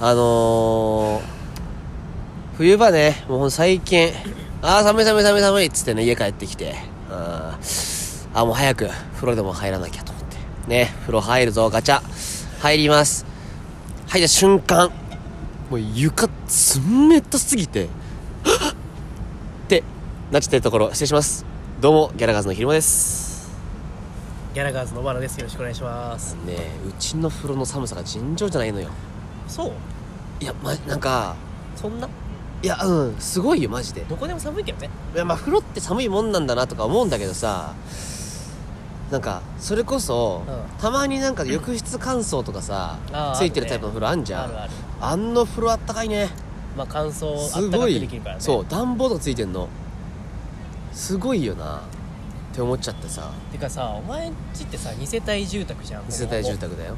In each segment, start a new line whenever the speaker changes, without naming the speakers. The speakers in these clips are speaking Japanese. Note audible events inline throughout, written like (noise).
あのー、冬場ね、もうほんと最近、ああ、寒い寒い寒い寒いっつってね、家帰ってきて、あーあー、もう早く風呂でも入らなきゃと思って。ね、風呂入るぞ、ガチャ。入ります。入った瞬間、もう床冷たすぎて、はっってなっちゃってるところ、失礼します。どうも、ギャラガーズの昼間です。
ギャラガーズの小原ですよろしくお願いします
ねうちの風呂の寒さが尋常じゃないのよ。
そう
いや、ま、なんか、
そんない
や、うん、すごいよ、マジで。
どこでも寒いけどね
いやまあ風呂って寒いもんなんだなとか思うんだけどさなんかそれこそ、
うん
たまになんか浴室乾燥とかさ、
あー
ついてる
ある
タ
ね
イプの風呂あんじゃ
あ
ん
るある
あんの風呂あったかいね
まあ乾燥あ
す
ったか
ご
く
い、
できるからね
そう暖房とかついてんのすごいよなって思っちゃってさ
てかさお前んちってさ二世帯住宅じゃん
二世帯住
宅
宅だよ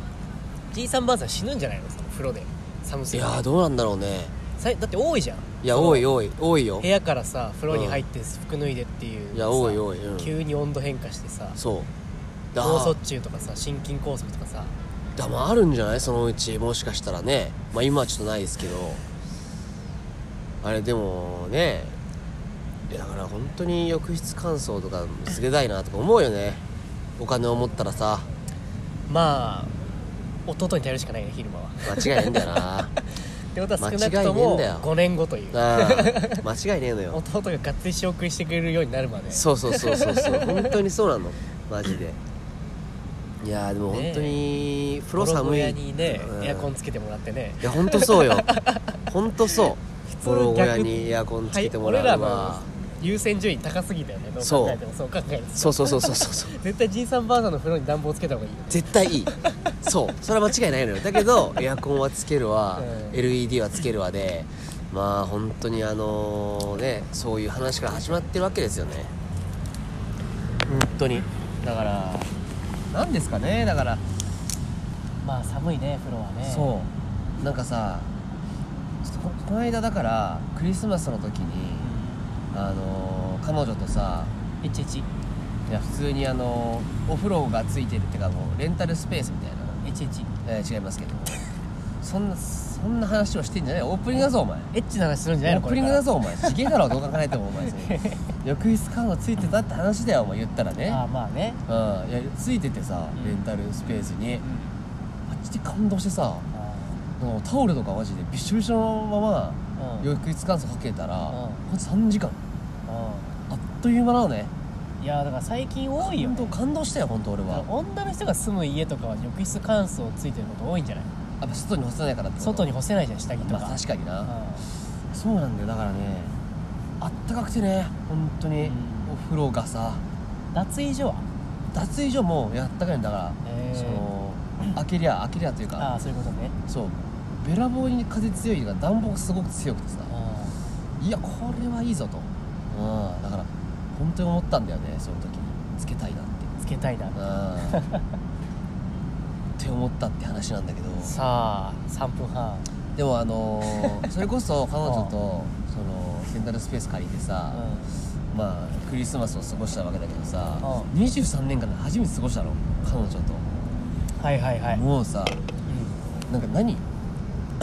じいさんばあさん死ぬんじゃないのその風呂で寒す
い
ぎ
や
て
ーどうなんだろうね
さいだって多いじゃん
いや
その
多い多い多いよ
部屋からさ風呂に入って服脱いでってい
い
うさ
や多い多い、うん、
急に温度変化してさ
そうだ
脳卒中とかさ心筋梗塞とかさ
だまああるんじゃないそのうちもしかしたらねまあ今はちょっとないですけどあれでもねいやだから本当に浴室乾燥とかすげたいなとか思うよねお金を持ったらさ
まあ弟に頼るしかないね昼間は
間違いないんだよ
(laughs)
な
ってことは少なくと
間違いねえん
も
だよ
5年後という
ああ間違いねえのよ
弟ががっつり仕送りしてくれるようになるまで
そうそうそうそう
(laughs)
そう本当にそうなのマジでいやーでも本当に風呂
ボロ
寒
小
い
屋にね、
うん
エアコンつけてもらってね
いや本当そうよ本当そう
(laughs) 通
ボロ小屋
逆
にエアコンつけても
はい
らう
俺ら
わ、
の優先順位高すぎだよねどう
そう
考えてもそう考えても
そうそうそうそうそうそう
絶対じいさんばあさんの風呂に暖房つけた方がいいよ
絶対いいそうそれは間違いないのよだけどエアコンはつけるわ、
うん
LED はつけるわでまあ本当にあのねそういう話から始まってるわけですよね本当にだからなんですかねだから
まあ寒いね風呂はね
そうなんかさちょっとここの間だからクリスマスの時にあの彼女とさ
うんいちいち
いや普通にあのお風呂がついてるっていうかもうレンタルスペースみたいな
エッチエッチ
えー違いますけどそんなそんな話をしてんじゃないオープニングだぞお前
エッチな話するんじゃない
オ
の
ー
こ
プ
れ
ニン
か
グ
ら
だぞお前ちげえだろどう考えてもお前そ
(laughs)
れ浴室カードついてたって話だよお前言ったらね
ああまあね、
うんいやついててさ
うん
レンタルスペースに、
うん
あっちで感動してさ
あ
もうタオルとかマジでびっしょびしょのまま
ーうん
浴室乾燥かけたら
うん
こいつ3時間あっという間なのね
うんいやだから最近多いよ、ね、
本当感動したよ本当俺
だから
は
女の人が住む家とかは浴室乾燥ついてること多いんじゃない
やっぱ外に干せないからってこと
外に干せないじゃん下着と
ま
か、
あ確かにな、
うん
そうなんだよだからねあったかくてね本当に
うん
お風呂がさ
脱衣所は
脱衣所もやったかいんだから、
へー
その開けりゃ開けりゃという
あ
か
あそういうことね
そうべらぼうに風強いから暖房がすごく強くてさいやこれはいいぞと、うん、だから本当に思ったんだよねその時につけたいなって
つけたいな (laughs)
うんって思ったって話なんだけど
さあ3分半
でもあのーそれこそ彼
(laughs)
女とそのセンタルスペース借りてさ、
う
まあクリスマスを過ごしたわけだけどさ、
う
23年間で初めて過ごしたの彼女と、
んはいはいはい、
もうさ
う
なんか何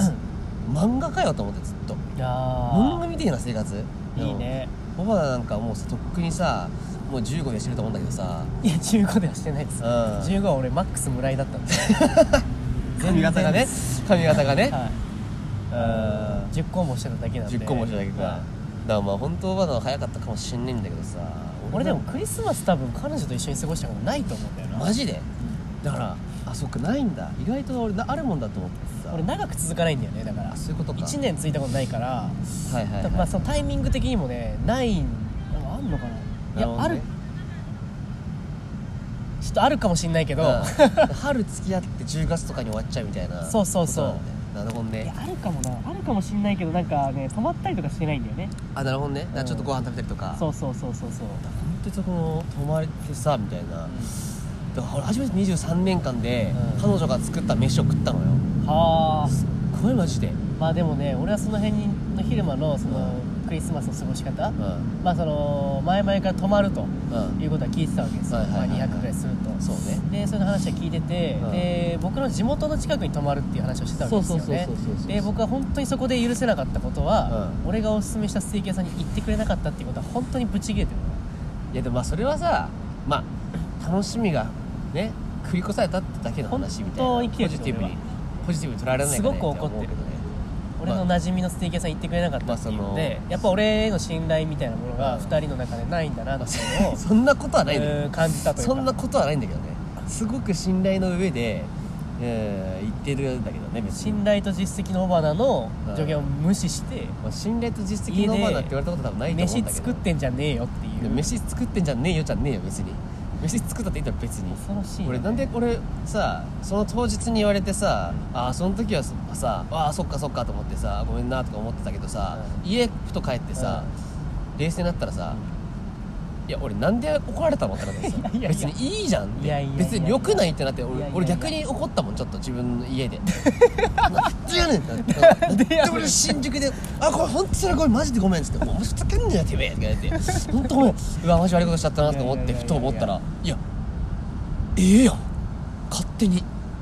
(coughs) 漫画かよと思ってずっと
ん、いや
漫画
ー
みたいな生活
いいね
でもおばあなんかもうさとっくにさもう15でしてると思うんだけどさ
いや15ではしてないです
うん
15は俺マックス村井だったんで
(laughs) 髪型がね髪型がね
(laughs) は
うん
い、10個もしてただけなんで
10個もしてないけど
は
だからまあ本当おばあの方が早かったかもしんないんだけどさ
い俺でもクリスマス多分彼女と一緒に過ごしたことないと思うんだよな
マジでだからあそっかないんだ意外と俺なあるもんだと思ってさ
俺長く続かないんだよねだから
あそういうことか
1年ついたことないから
はいはい、
多
はい、
分まあそのタイミング的にもねないんあんのか
ないるほ
なや
ど
あ
ね
るちょっとあるかもしんない (laughs) けど、
うん春付き合って10月とかに終わっちゃうみたいな
(laughs) そうそうそう
ことなんだねなるほど
いや
ね
あるかもなあるかもしんないけどなんかね泊まったりとかしてないんだよね
あなるほどねだからちょっとご飯食べたりとか、
そうそうそうそうそう、
本当にそこの泊まれてさみたいなだから初めて23年間で、
うん
彼女が作った飯を食ったのよ
はあ
すっごいマジで
まあでもね俺はその辺の昼間のその
う
クリスマスの過ごし方、
うんうん
まあその前々から泊まると
うん
いうことは聞いてたわけですよ、
はいはいはいはい
まあ、200ぐらいすると
そうね
でその話は聞いてて、
うん
で僕の地元の近くに泊まるっていう話をしてたわけですよね
そうそうそうそうそう
で僕は本当にそこで許せなかったことは、俺がおすすめしたステーキ屋さんに行ってくれなかったっていうことは本当にブチ切れてる
いやでもまあそれはさまあ楽しみがね繰り越されたってだけの話みたいな
本当生きてる
ポジティブにポジティブに捉えられないかね
すごく怒ってる
思うけどね
俺の馴染みのステーキ屋さん行ってくれなかったっていう
ま
ので、
あその
やっぱ俺への信頼みたいなものが2人の中でないんだなっていうの
(laughs)
を
そんなことはないんだ
う
よ
ーん感じたというか
そんなことはないんだけどねすごく信頼の上でえー言ってるんだけどね別に
信頼と実績のオバナの助言を無視して
まあ信頼と実績の
家で
まだって言われたこと多分ないと思う
飯
んだけど
作ってんじゃねえよっていう
飯作ってんじゃねえよじゃねえよ別に飯作ったって言ったら別に
恐ろしいよね
俺なんで俺さその当日に言われてさあーその時はそさあーそっかそっかと思ってさごめんなとか思ってたけどさ、家ふと帰ってさ、冷静になったらさ、いや俺なんで怒られたのってなってさ
い (laughs) やいやい
別
や
にいいじゃんって
いやいやいや
別に良くないってなって俺
いやいやいや
俺逆に怒ったもんちょっと自分の
(laughs)
家でなんでやねんってな (laughs) って
なん (laughs) でやねん
で俺新宿
(laughs)
で「あこれ本当にこれマジでごめん」っつって「もうふざけんなよてめえ」って言われ (laughs) て「本当ごめんうわマジ悪いことしちゃったな」と思っ
いやいや
て
いやいや
ふと思ったら「いやええやん勝手に
い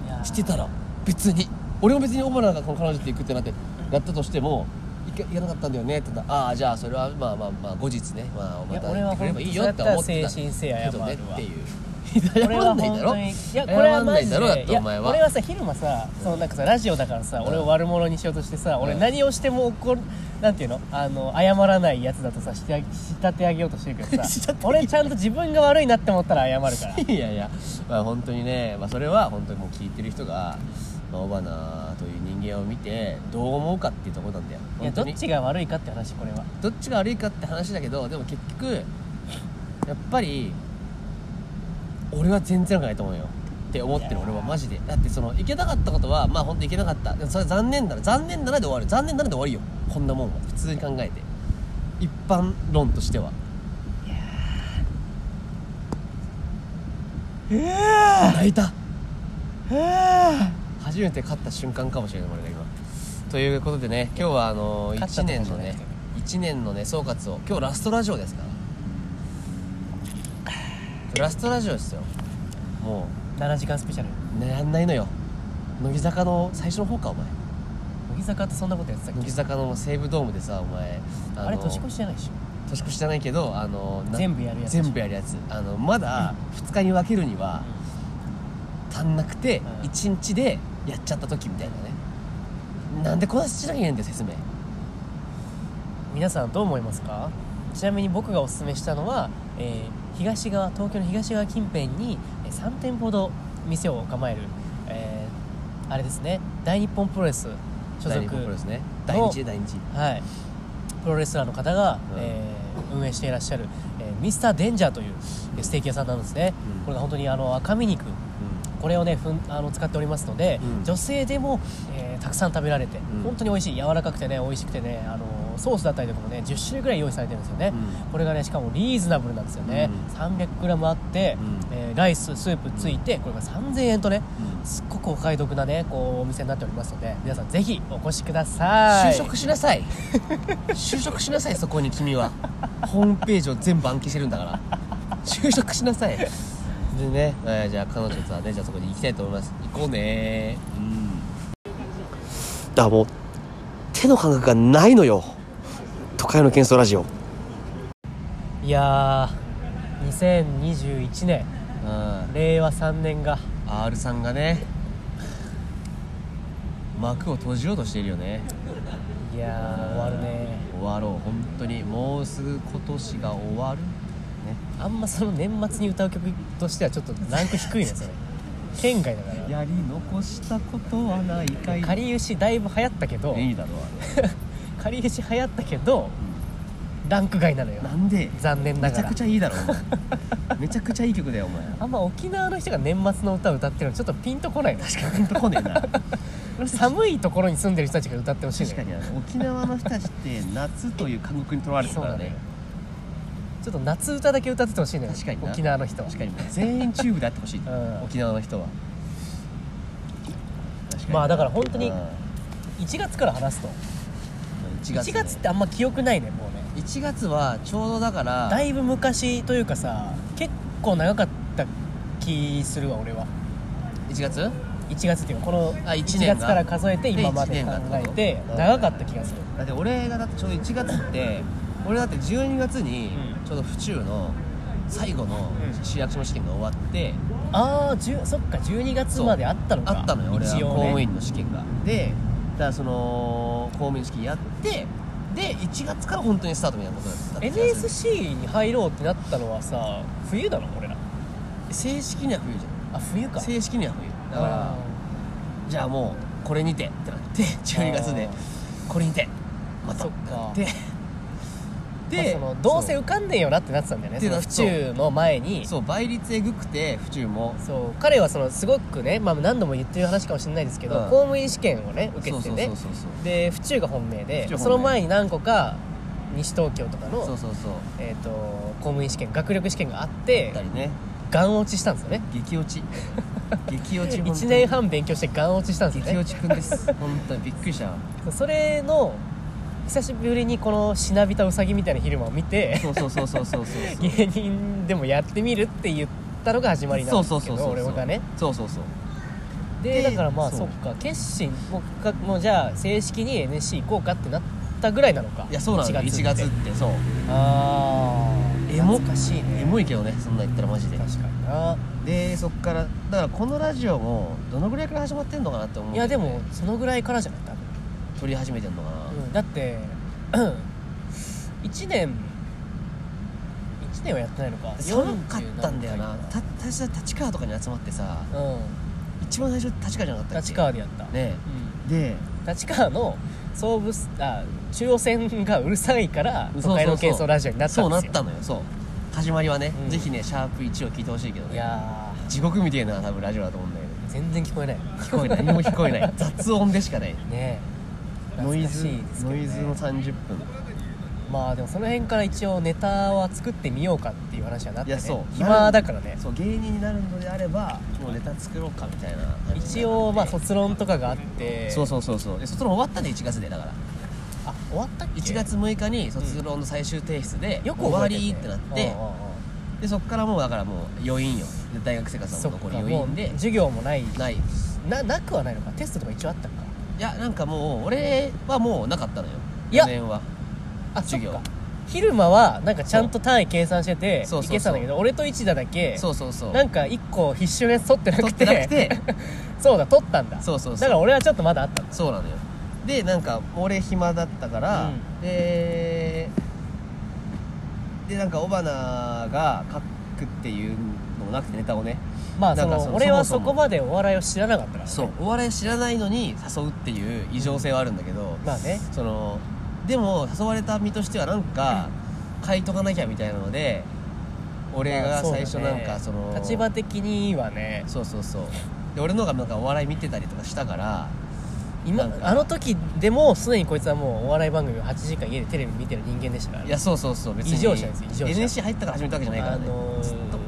やー
してたら別に俺も別にオバナがこの彼女と行くってなってなったとしても行け行かなかったんだよねって言ったら「ああじゃあそれはまあまあまあ後日ねまあ
い
ま
や
た
俺
行っ
は
てくれればいい
本当
よ」って思ってた
それやったら精神性謝
け
る
ど
わ
ねっていう (laughs)
俺は
謝んない
本
だろ
当にいやこれは
謝んな
マジ
い
で
だろだっ
い
て
や
お前は
俺はさ昼間さそのなんかさラジオだからさ、
うん
俺を悪者にしようとしてさ、俺
うん
何をしても怒るなんていうのあの謝らないやつだとさしてあ仕立て上げようとしてるけど
仕立
さ
て上げ
俺ちゃんと自分が悪いなって思ったら謝
(laughs)
るから
いやいや、まあ、本当にね、まあ、それは本当にもう聞いてる人が、まあ、オバナという人間を見てどう思うかっていうところなんだよ
いや
本
ど
当
っ
に
ちが悪いかって話これは
どっちが悪いかって話だけどでも結局やっぱり俺は全然良くないと思うよって思って
い
る
やー
俺はマジでだってその行けなかったことはまあ本当行けなかったでもそれは残念だな残念だなで終わる残念だなで終わりよこんなもんは普通に考えて一般論としては泣いた初めて勝った瞬間かもしれない俺が今ということでね今日はあの
勝った
1
と
年
かじゃなくて
のね1年のね総括を今日ラストラジオですからラストラジオですよも
7時間スペシャル
うねやんないのよ乃木坂の最初の方かお前
乃木坂ってそんなことやってたっ
乃
け
木坂の西武ドームでさお前の
あれ年越しじゃないでし
年越しじゃないけどあのな
全部やるやつ
全部やるやつあのまだ2日に分けるに
ょ
は足んなくて
うん
1日でやっちゃった時みたいなねなんでこんなしなきゃいけないんだよ説明
皆さんどう思いますかちなみに僕がおすすめしたのは、えー東側東京の東側近辺にえー3店舗ほど店を構える、えーあれですね大日本プロレス所
大日
属
本プロレスね
の
大日で大日
はい、プロレスラーの方が、
うん
えー運営していらっしゃる、えーミスターデンジャーというえーステーキ屋さんなんですね、
うん
これが本当にあの赤身肉これをねふんあの使っておりますので、
うん
女性でも、えーたくさん食べられて、
うん
本当に美味しい柔らかくてね美味しくてねあのソースだったりとかもね10種類ぐらい用意されてるんですよね、
うん
これがねしかもリーズナブルなんですよね、300g あって、
うん
えーライススープついてこれが3000円とね
うん
すっごくお買い得なねこうお店になっておりますので皆さんぜひお越しください
就職しなさい就職しなさいそこに君 (laughs) はホームページを全部暗記してるんだから (laughs) 就職しなさいでね、えーじゃあ彼女とはねじゃあそこに行きたいと思います行こうねうんだからもう手の感覚がないのよ都会の喧騒ラジオ
いやー2021年
うん
令和3年が
R さんがね幕を閉じようとしているよね
いやー終わるね
終わろう本当にもうすぐ今年が終わるね
あんまその年末に歌う曲としてはちょっとランク低いね
(laughs)
それ県外だから
やり残したことはないか
かりゆしだいぶ流行ったけど
いいだろう
かりゆし流行ったけどランク外なのよ
あれ (laughs) なんで
残念
め
な
ち
が
ゃ
ら
くちゃいいだろお (laughs) 前めちゃくちゃいい曲だよお前
あんま沖縄の人が年末の歌を歌ってるのちょっとピンとこないの確
ほんと来ねえ (laughs) な
寒いところに住んでる人たちが歌ってほしいの
確
よ
かにあの沖縄の人たちって夏という感覚にとらわれてたからね
ちょっと夏歌だけ歌っててほしいのよ
確かにな
沖縄の人は
確かに全員チューブであってほしい、
ん
沖縄の人は確かに
まあだから本当に
うん
1月から話すと
1
1
月、
月,、
ね、
ってあんま記憶ないねもうね
1月はちょうどだから
だいぶ昔というかさ結構長かった気するわ俺は
1月
1月っていうかこの
あ一
1
年が
月から数えて今ま
で
で
一
考
年がっ
え
てこと
て
うん
長かった気がする
だって俺がだってちょうど1月って俺だって12月に
うん
ちょうど府中の最後の
うん
市役所の試験が終わって、
ああそっか12月まであったのか
あったのよ俺は
一
公
応ね
務員の試験がでだからその公務員試験やってで1月から本当にスタートみたいなことだった気がする
NSC に入ろうってなったのはさ冬だろ俺ら
正式には冬じ
あ冬
ゃ
か
ん正式には冬だからじゃあもうこれにてってなって12月 (laughs) で
あー
これにてまた
そっか
で
で、
で、
まあそのどうせ受かんねえよなってなってたんだよね
って
そ
な
の
っ
府中の前に
そう倍率えぐくて府中も
そう彼はそのすごくね、まあ、何度も言ってる話かもしれないですけど、
うん
公務員試験をね受けてね
そうそうそうそう
で府中が本命で
府中本命
その前に何個か西東京とか
そう
の、
そうそう
えー、と公務員試験学力試験があって
たりね
ガン落ちしたんですよね
激落ち
(laughs)
激落ち本当に
1年半勉強してガン落ちしたんです
激
よね
落ちくんです本当にびっくりしたわ
それの久しぶりにこのしなびたウサギみたいな昼間を見て
そうそうそうそうそうそうそう
芸人でもやってみるって言ったのが始まりな
そ
ん
う
です
そう
け
そう
ど
そう
俺がね
そうそうそう
で
で
だからまあ
そう
そっか決心僕がもうじゃあ正式に NSC 行こうかってなったぐらいなのか
いやそうなのよ1月ってそう
ああ
エモ
かしいね
エモいけどねそんな言ったらマジで
確かにな
でそっからだからこのラジオもどのぐらいから始まってんのかなって思う
いやでもそのぐらいからじゃない多
撮り始めてんのかな、
分、うん、だってうん1年1年はやってないのか
寒かったんだよな
40何
た
回
確か立川とかに集まってさ
か
一番最初立川じゃなかっ
うん
たっけ
立川でやった、
ね
うん
で
立川の総武すあ中央線がうるさいから
そうそうそう
都会の軽装ラジオになった
そうんな
で
っ
す
た
よ
のよそう始まりはね、
うん
ぜひねシャープ1を聞いてほしいけど
い
ね
や
地獄みたいな多分ラジオだと思うんだよね
ー全然聞こえない
聞こえない何も聞こえ (laughs)
(laughs)
ない雑音でしかない
ねえ
ノイズ、
懐かしいですけど
ノ
ね
イズの30分
まあでもその辺から一応ネタは作ってみようかっていう話はなって、ね、
いやそう
暇だからね
そう芸人になるのであればもうネタ作ろうかみたいな感じに
一
なる
応まあ卒論とかがあって
そうそうそうそうで卒論終わったんで1月でだから
あ終わったっけ
1月6日に卒論の最終提出で、
よく
終わ
覚えて
り
る
っ
ね
てなって、
うんうんうん
でそっからもうだからもう余韻よで大学生活
そ
は
っ
もう
か
残り余
もう
韻で
授業もない
ないい
ななくはないのかテストとか一応あったのか
やなんかもう俺はもうなかったのよ
いや
4年は
あ
授業
そっか昼間はなんかちゃんと単位計算してて
そうそうそう
いけてたんだけど俺と一田だけ
そうそうそう
なんか一個必修のやつ取ってな
取
く
って
て
なくて
そうだ取ったんだ
そうそうそう
(laughs) だから俺はちょっとまだあったんだ
そうなのよでなんか俺暇だったから、
うん
ででなんか尾花が書くっていうのもなくてネタをね
まあそ
なん
の
かその
俺
そも
はそ
そも
こまでお笑いを知らなかったからね
そうお笑い知らないのに誘うっていう異常性はあるんだけど、
まあね
そのでも誘われた身としてはなんか書いとかなきゃみたいなので俺
まあ
が
そうだ
最
ね
初なんかその
立場的にはね
そうそうそうで俺の方がなんかお笑い見てたりとかしたから
今
なんか
あの時でもすでにこいつはもうお笑い番組を8時間家でテレビ見てる人間でしたから
い
ね
やそうそうそう別に
異常者ですよ異常者
NSC 入ったから始めたわけじゃないからね、
あのー
ずっと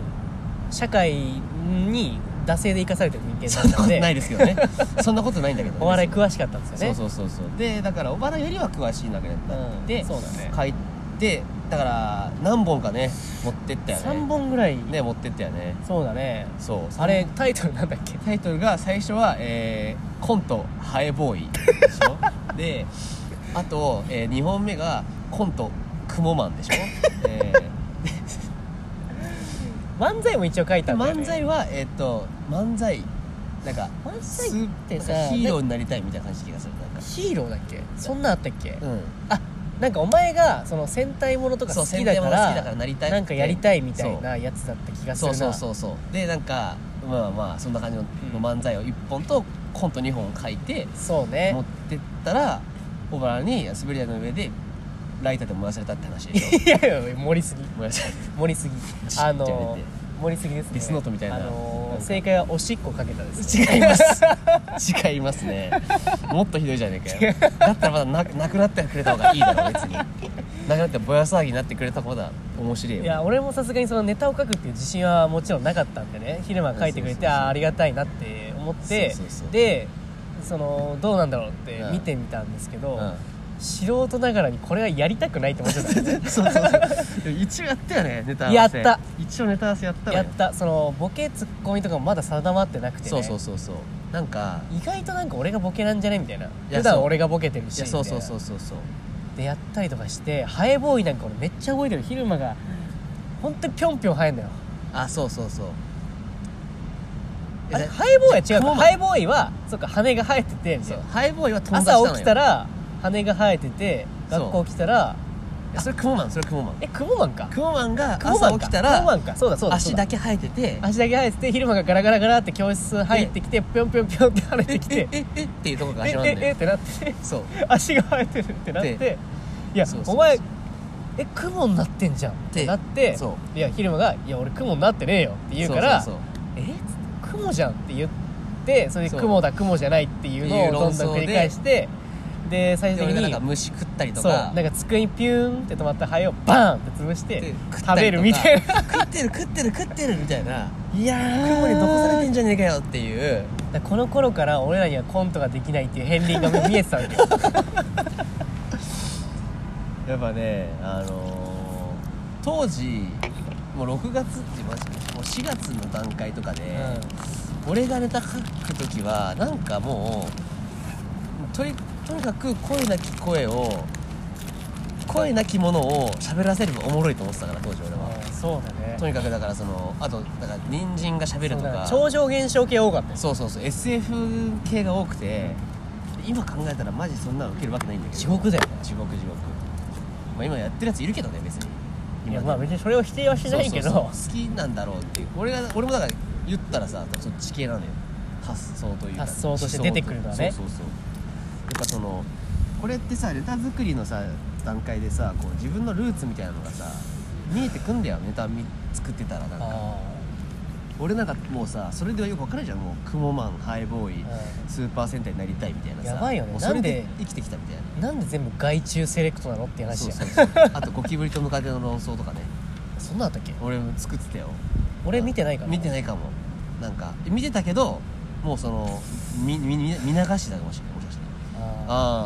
社会に惰性で生かされてる人間
そん
だ
な
った
こ
ん
と
で
ないですけど (laughs) ねそんなことないんだけど、ね、
お笑い詳しかったんですよ
そう
ね
そうそうそうでだからお笑いよりは詳しい中でやったって、
うんそうだね
書いてだから何本かね持ってったよね
3本ぐらい
ね持ってったよね
そうだね
そう
あれタイトルなんだっけ
タイトルが最初は、えーコント「ハエボーイ」でし (laughs) ょであと、え2本目がコント「クモマン」でしょ、 (laughs) え
漫才も一応書い
ーで
たんだよ、ね、
漫才はえっ、と漫才なんか
漫
ス
才
ー
ってさ
なんかヒーローになりたいみたいな感じ気がするなんか
ヒーローだっけそんなんあったっけ、
うん
あなんかお前がその戦隊ものとか
そう
好きだ
戦隊
か
もの
ら
好きだからなりたいって
んかやりたいみたいなやつだった気がする
そう
な
そうそうそうでなんかまあまあそんな感じの
うん
漫才を1本とコント2本書いて
そう
持
ね
ってったら小原に滑り台の上でライターで燃やされたって話でしょ
いやいや盛りすぎ
(laughs) 燃やされた
盛りす
ち
ぎ
っちゃ
あ
いね
の盛りすぎですね
デスノートみたいな
あの
なんか
正解はおしっこかけたです、
違います違いますねもっとひどいじゃねえかよだったらまだななくなってくれた方がいいだろ別になくなってぼや騒ぎになってくれた方が面白いよ
(laughs) いや俺もさすがにそのネタを書くっていう自信はもちろんなかったんでね昼間書いて
そう
くれ
そうそ
て
う
ああありがたいなって思って
そうそうそう
でそのどうなんだろうって
うん
見てみたんですけど、
うん
素人ながらにこれはやりたくないって思ってたんです
そ
ね
うそうそう (laughs) 一応やったよねネタ合わせ
やった
一応ネタ合わせやったわ
や
よ
ったそのボケツッコミとかもまだ定まってなくて、ね、
そうそうそうそうなんか
意外となんか俺がボケなんじゃねみたいない
や
普段
そう
俺がボケてるし
いやそうそうそううそうそう
でやったりとかしてハエボーイなんか俺めっちゃ覚えてる昼間が本当にぴょんぴょん生えんだよ
あそうそうそう
あれ
え
ハエボーイは違う
じゃ
か
あ
ハエボーイはそっか羽が生えててみた
そ
いうな
ハイボーイは飛んだ
朝起きた
ら
ら羽が生えてて
そう
学校来たら
それクモマンそれクモマン
えクモマンか
クモマンが
クモマ
朝
ンか
起きた
クモマ
ら
ンかそうだそうだそ
足
うだ
だけ生えてて
足だけ生えてて昼間がガラガラガラって教室入ってきてぴょんぴょんぴょんって跳ねてきて
えええっていうとこが
え
始ま
え
るんだ
え
よ
ってなって
そう
(laughs) 足が生えてるってなって
で
いや
そうそうそう
お前え雲になってんじゃんって
で
なって
そ
いや昼間が「いや俺雲になってねえよ」って言うから
そうそう
えっつって雲じゃんって言ってそれで
そう
雲だ雲じゃないっていう
っていう
のをど
論
ん
争で
どん繰り返してで最
そうで
終
俺が
的
なん
に
か虫食ったりと
そうな
か
んか机にピューンって止まった灰をバーンって潰して
で食ったりと
食
か
べるみたいな
食ってる食ってる食ってるみたいない
や
雲に残されてん
ん
じゃねえかよっていう
この頃から俺らにはコントができないっていう片鱗が見えてたわ
(laughs)
けよ
やっぱねあのー当時もう6月ってマジでもう4月の段階とかで、俺がネタ書く時はなんかもうとりとにかく声なき声を声なきものを喋らせるのがおもろいと思ってたから当時俺は、
うんそうだね
とにかくだからそのあとだから人参が喋ると
そうだ
か
ね超常現象系多かったよ
そうそうそう SF 系が多くて今考えたらマジそんなの受けるわけないんだけど
地獄だよね
地獄地獄まあ今やってるやついるけどね別に
いやまあ別にそれを否定はしないけど
そうそうそう好きなんだろうっていう俺が俺もだから言ったらさそっち系なのよ発想というか
発想として
思
出てくるのはね
そうそうそうやっぱそのこれってさネタ作りのさ段階でさこう自分のルーツみたいなのがさ見えてくんだよネタみ作ってたらなんか
あ
俺なんかもうさそれではよく分かるじゃんもうクモマンハイボーイ、
う
スーパー戦隊になりたいみたいなさ
やばいよね
もうそれ
なん
で
で
生きてきたみたいな
ーなんで全部害虫セレクトなのって話
そうそ
やそう
そうあとゴキブリとムカデの論争とかね
んなんだったっけ
俺も作ってたよ
俺見てないから
見て
い
ないかもなんか見てたけどもうその見見見見流してたかもしれないもしかしたら
あ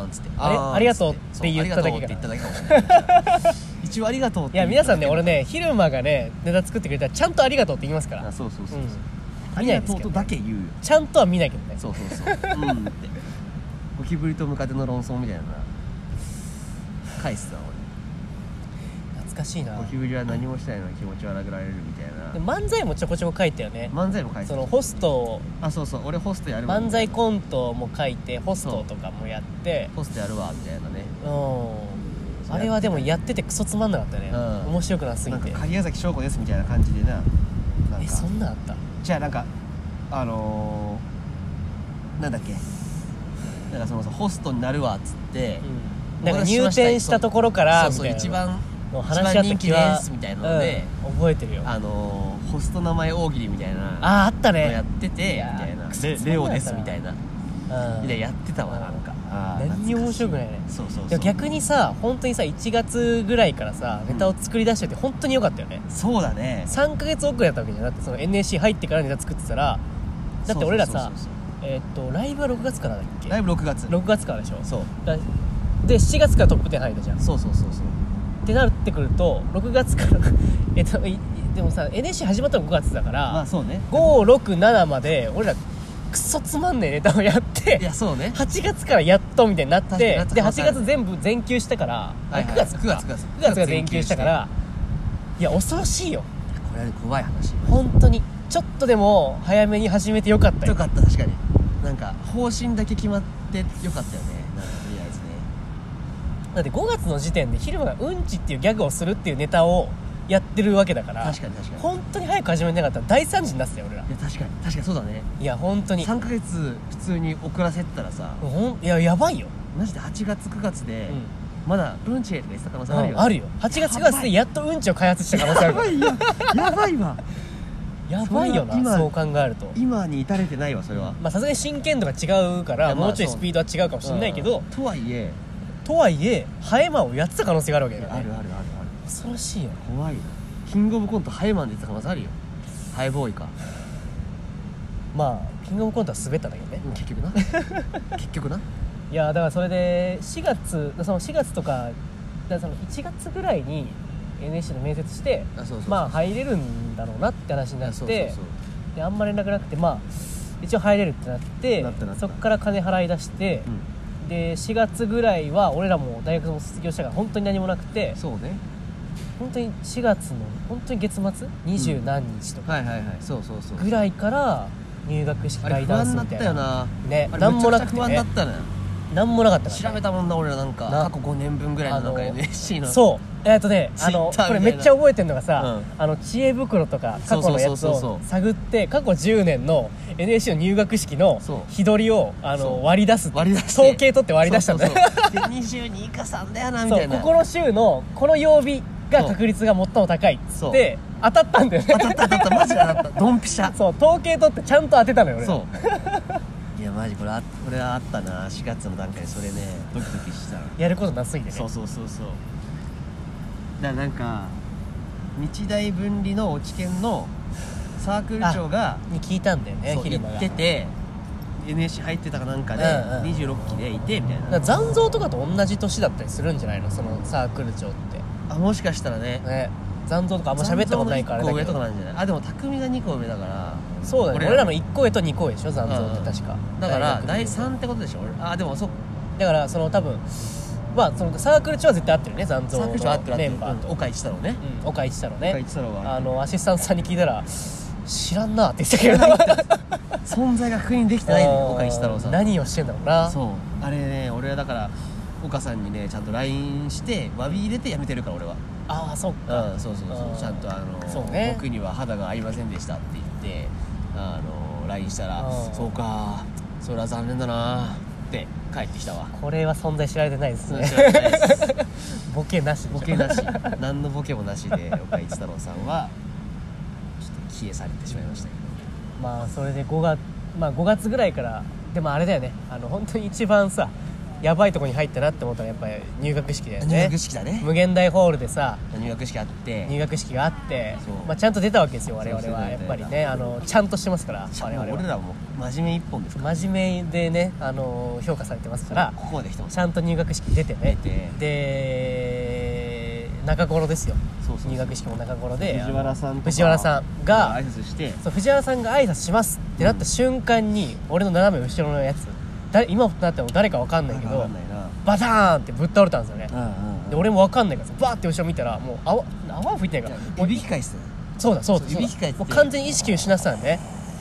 あーんっつって
あれ
ーん
ありがとう
つ
って言っただけか
そうあり
な
がとうって言っただけかもしれない一応ありがとうっ
ーい
て
や皆さんね
言っ
俺
ただけ
ね昼間がねネタ作ってくれたらちゃんとありがとうって言いますから
あそうそうそう
う
そうんあ
見
り
な
が
いです
とう
けど
とだけ言うよ
ちゃんとは見ないけどね
そうそうそううんってゴキブリとムカデの論争みたいな返すな
懐かしいな
俺ゴキブリは何もしたいのに気持ち悪くられるみたい
で
な
漫才もちょこちょこ書いたよね
漫才も返す
そのホストを
あそうそう俺ホストやるわ
漫才コントも書いてホストとかもやって
ホストやるわみたいなね
うんあれはでもやっててクソつまんなかったね、
うん
面白くなさすぎ
なんか
て
鍵ヶ崎翔子ですみたいな感じでななん
え
か
そんなんあった
じゃあなんかあのー、なんだっけなんかそのさホストになるわっつって、
なんか入店したところから
そうそう
みた
一
いな
番
の話し合った気は
一番人気ですみたいなので
うん覚えてるよあ
あのー、ホスト名前大喜利みたいな
ああった
のや
ね
っててみ
や
たいな
くそ
レ
つまんなかったな
レオですみたいな
うん
みたいなやってたわなんかあー
何にも面白くないね
そうそう
い
そ
や
う
逆にさ本当にさ1月ぐらいからさ
う
ネ
ん
タを作り出してて本当に良かったよね、
そうだね
3ヶ月遅れだったわけじゃなくてその NSC 入ってからネタ作ってたらだって俺らさ
そうそうそう
えーっとライブは6月からだっ
そ
け
うライブ6月
6月からでしょ
そう
だで7月からトップ10入ったじゃん
そうそうそうそう
ってなってくると6月から (laughs) えっといでもさ NSC 始まったの5月だから、
まあそうね
567まで俺らクソつまんねえネタをやって
いやそうね
8月からやっとみたいになっ
確
て
かに
で
夏
8月全部全休したから、
はいはい
9月か
9月9月
9月が全休したからいや恐ろしいよ
これは怖い話
本当にちょっとでも早めに始めてよかったよ
よかった確かになんか方針だけ決まってよかったよねなんかとりあえずね
だって5月の時点で昼間がうんちっていうギャグをするっていうネタをやってるわけだから
確かに確かに
本当に早く始めなかったら大惨事になってたよ俺ら
いや確かに確かにそうだね
いや本当に
3ヶ月普通に遅らせてたらさ
ほんいややばいよ、
マジで8月9月で
うん
まだうんちへとか言ってた可能性あるよ
あるよ8月9月でやっとうんちを開発した可能性ある
やばいよやばいわ
やばいよ
それ
な
は
そう考えると
今に至れてないわそれは
まあさすがに真剣度が違うか
い
ら
やまあ
もうちょいスピードは違うかもしれないけど、
うんとはいえ
とはいえハエマンをやってた可能性があるわけ
い
だ
や
よ
あ
ね
るあるあるある
恐ろしいよ
怖いなキングオブコントハイマンで言ってた可能性あるよハイボーイか
(laughs) まあキングオブコントは滑ったんだけどね
うん結局な結局な
いやだからそれで4月その4月とかだからその1月ぐらいに NSC の面接して
あそうそうそう
まあ入れるんだろうなって話になって
そうそうそう
であんま連絡なくてまあ一応入れるってなって
なったなった
そこから金払い出して、で4月ぐらいは俺らも大学も卒業したから本当に何もなくて
うん、そうね
本当に4月の本当に月末二十何日とか
はいはいはいそうそうそう
ぐらいから入学式
あれ
ガイ
不
ダン
安
ス
だ
み
った
い
たよ
な
な
ね
あれ
何もな
めちゃち
くて
ゃ不安だったのよ
何もなかったから
調べたもんな俺らなんか
な
過去5年分ぐらいのなんか
あの
NSC の
そうえっ、とねあの
Twitter
これめっちゃ覚えてるのがさ、
み
あの知恵袋とか過去のやつ
そうそうそう
を
そう
探って過去10年の NSC の入学式の
そう
日取りをあ
そ
の
う
割り出す
割り出して
統計取って割り出したんだよ
そうそうそうで22か3だよなみた
そう
いな
ここの週のこの曜日が
そう
確率が最も高いっつ
そ
っ
う
て当たったんだよね
当たった当たったマジで当たったドンピシャ
そう統計取ってちゃんと当てたのよ俺
そういやマジこれあこれはあったな4月の段階それねドキドキした
やることなすぎてね
そうそうそうそうだからなんか日大分離の落研のサークル長が
に聞いたんだよね
そう
昼間
行
が
ってて NSC 入ってたかなんかで、
うんうん
26期でいてみたい
だか
な
ら残像とかと同じ年だったりするんじゃないのそのサークル長って
あもしかしたらね
ね残像とかあんま喋ったことないから
残
だ
像の一個上とか
けど
なんじゃないあでも匠が2個上だから
そうだね俺らの1個上と2個上でしょ残像って確か
だから第
大学
3ってことでしょ俺あでもそっ
だからその多分まあそのサークル長は絶対合ってるね残像
サ
の
ークル長合ってる合って
メ
る
ンバーと
うん岡一太郎ね
うん岡一太郎
岡
ね
一太郎は
あのアシスタントさんに聞いたら「知らんな」って言って
(laughs)
たけど
存在が確認できてないのよ岡一太郎さん
何をしてんだろうな
そうあれね俺はだから岡さんにねちゃんと LINE して詫び入れてやめてるから俺は
ああそっか
うんそうそう
あ
そ
ー
うちゃんとあの
そうね
僕には肌が合いませんでしたって言ってあの LINE したら
うん
そうかそれは残念だなって帰ってきたわ
これは存在知られてないですね
知らないです
ボケなしでしょ
ボケなし何のボケもなしで岡一太郎さんはちょっと消え去れてしまいましたけど
まあそれで5月まあ5月ぐらいからでもあれだよねあの本当に一番さやばいとこに入ったなって思ったのはやっぱり入学式だよ
入
ね
学式だね
無限大ホールでさ
入学式あって
入学式があって
そう、
まあ、ちゃんと出たわけですよ我々
そうそう
は
出
やったぱりねあのちゃんとしてますから
ちゃ
我
ん
々
俺
は
らも真面目一本ですか
真面目でねあの評価されてますから
らここまで来てます
ちゃんと入学式出てね
出て
で中頃ですよ
そうそうそう
入学式も中頃で
藤原さんとか
藤原さんが
挨拶して
そう藤原さんが挨拶しますってなった瞬間に、俺の斜め後ろのやつだ今となっても誰か分かんないけ
わか
ど
んないな
バターンってぶっ倒れたんですよね、
うん
で俺も分かんないからさバーって後ろ見たらもう泡泡吹いてないから
いびき返す
そうだそう
そ
だ
う
そうだ
指控えてて
もう完全に意識失ってたんでね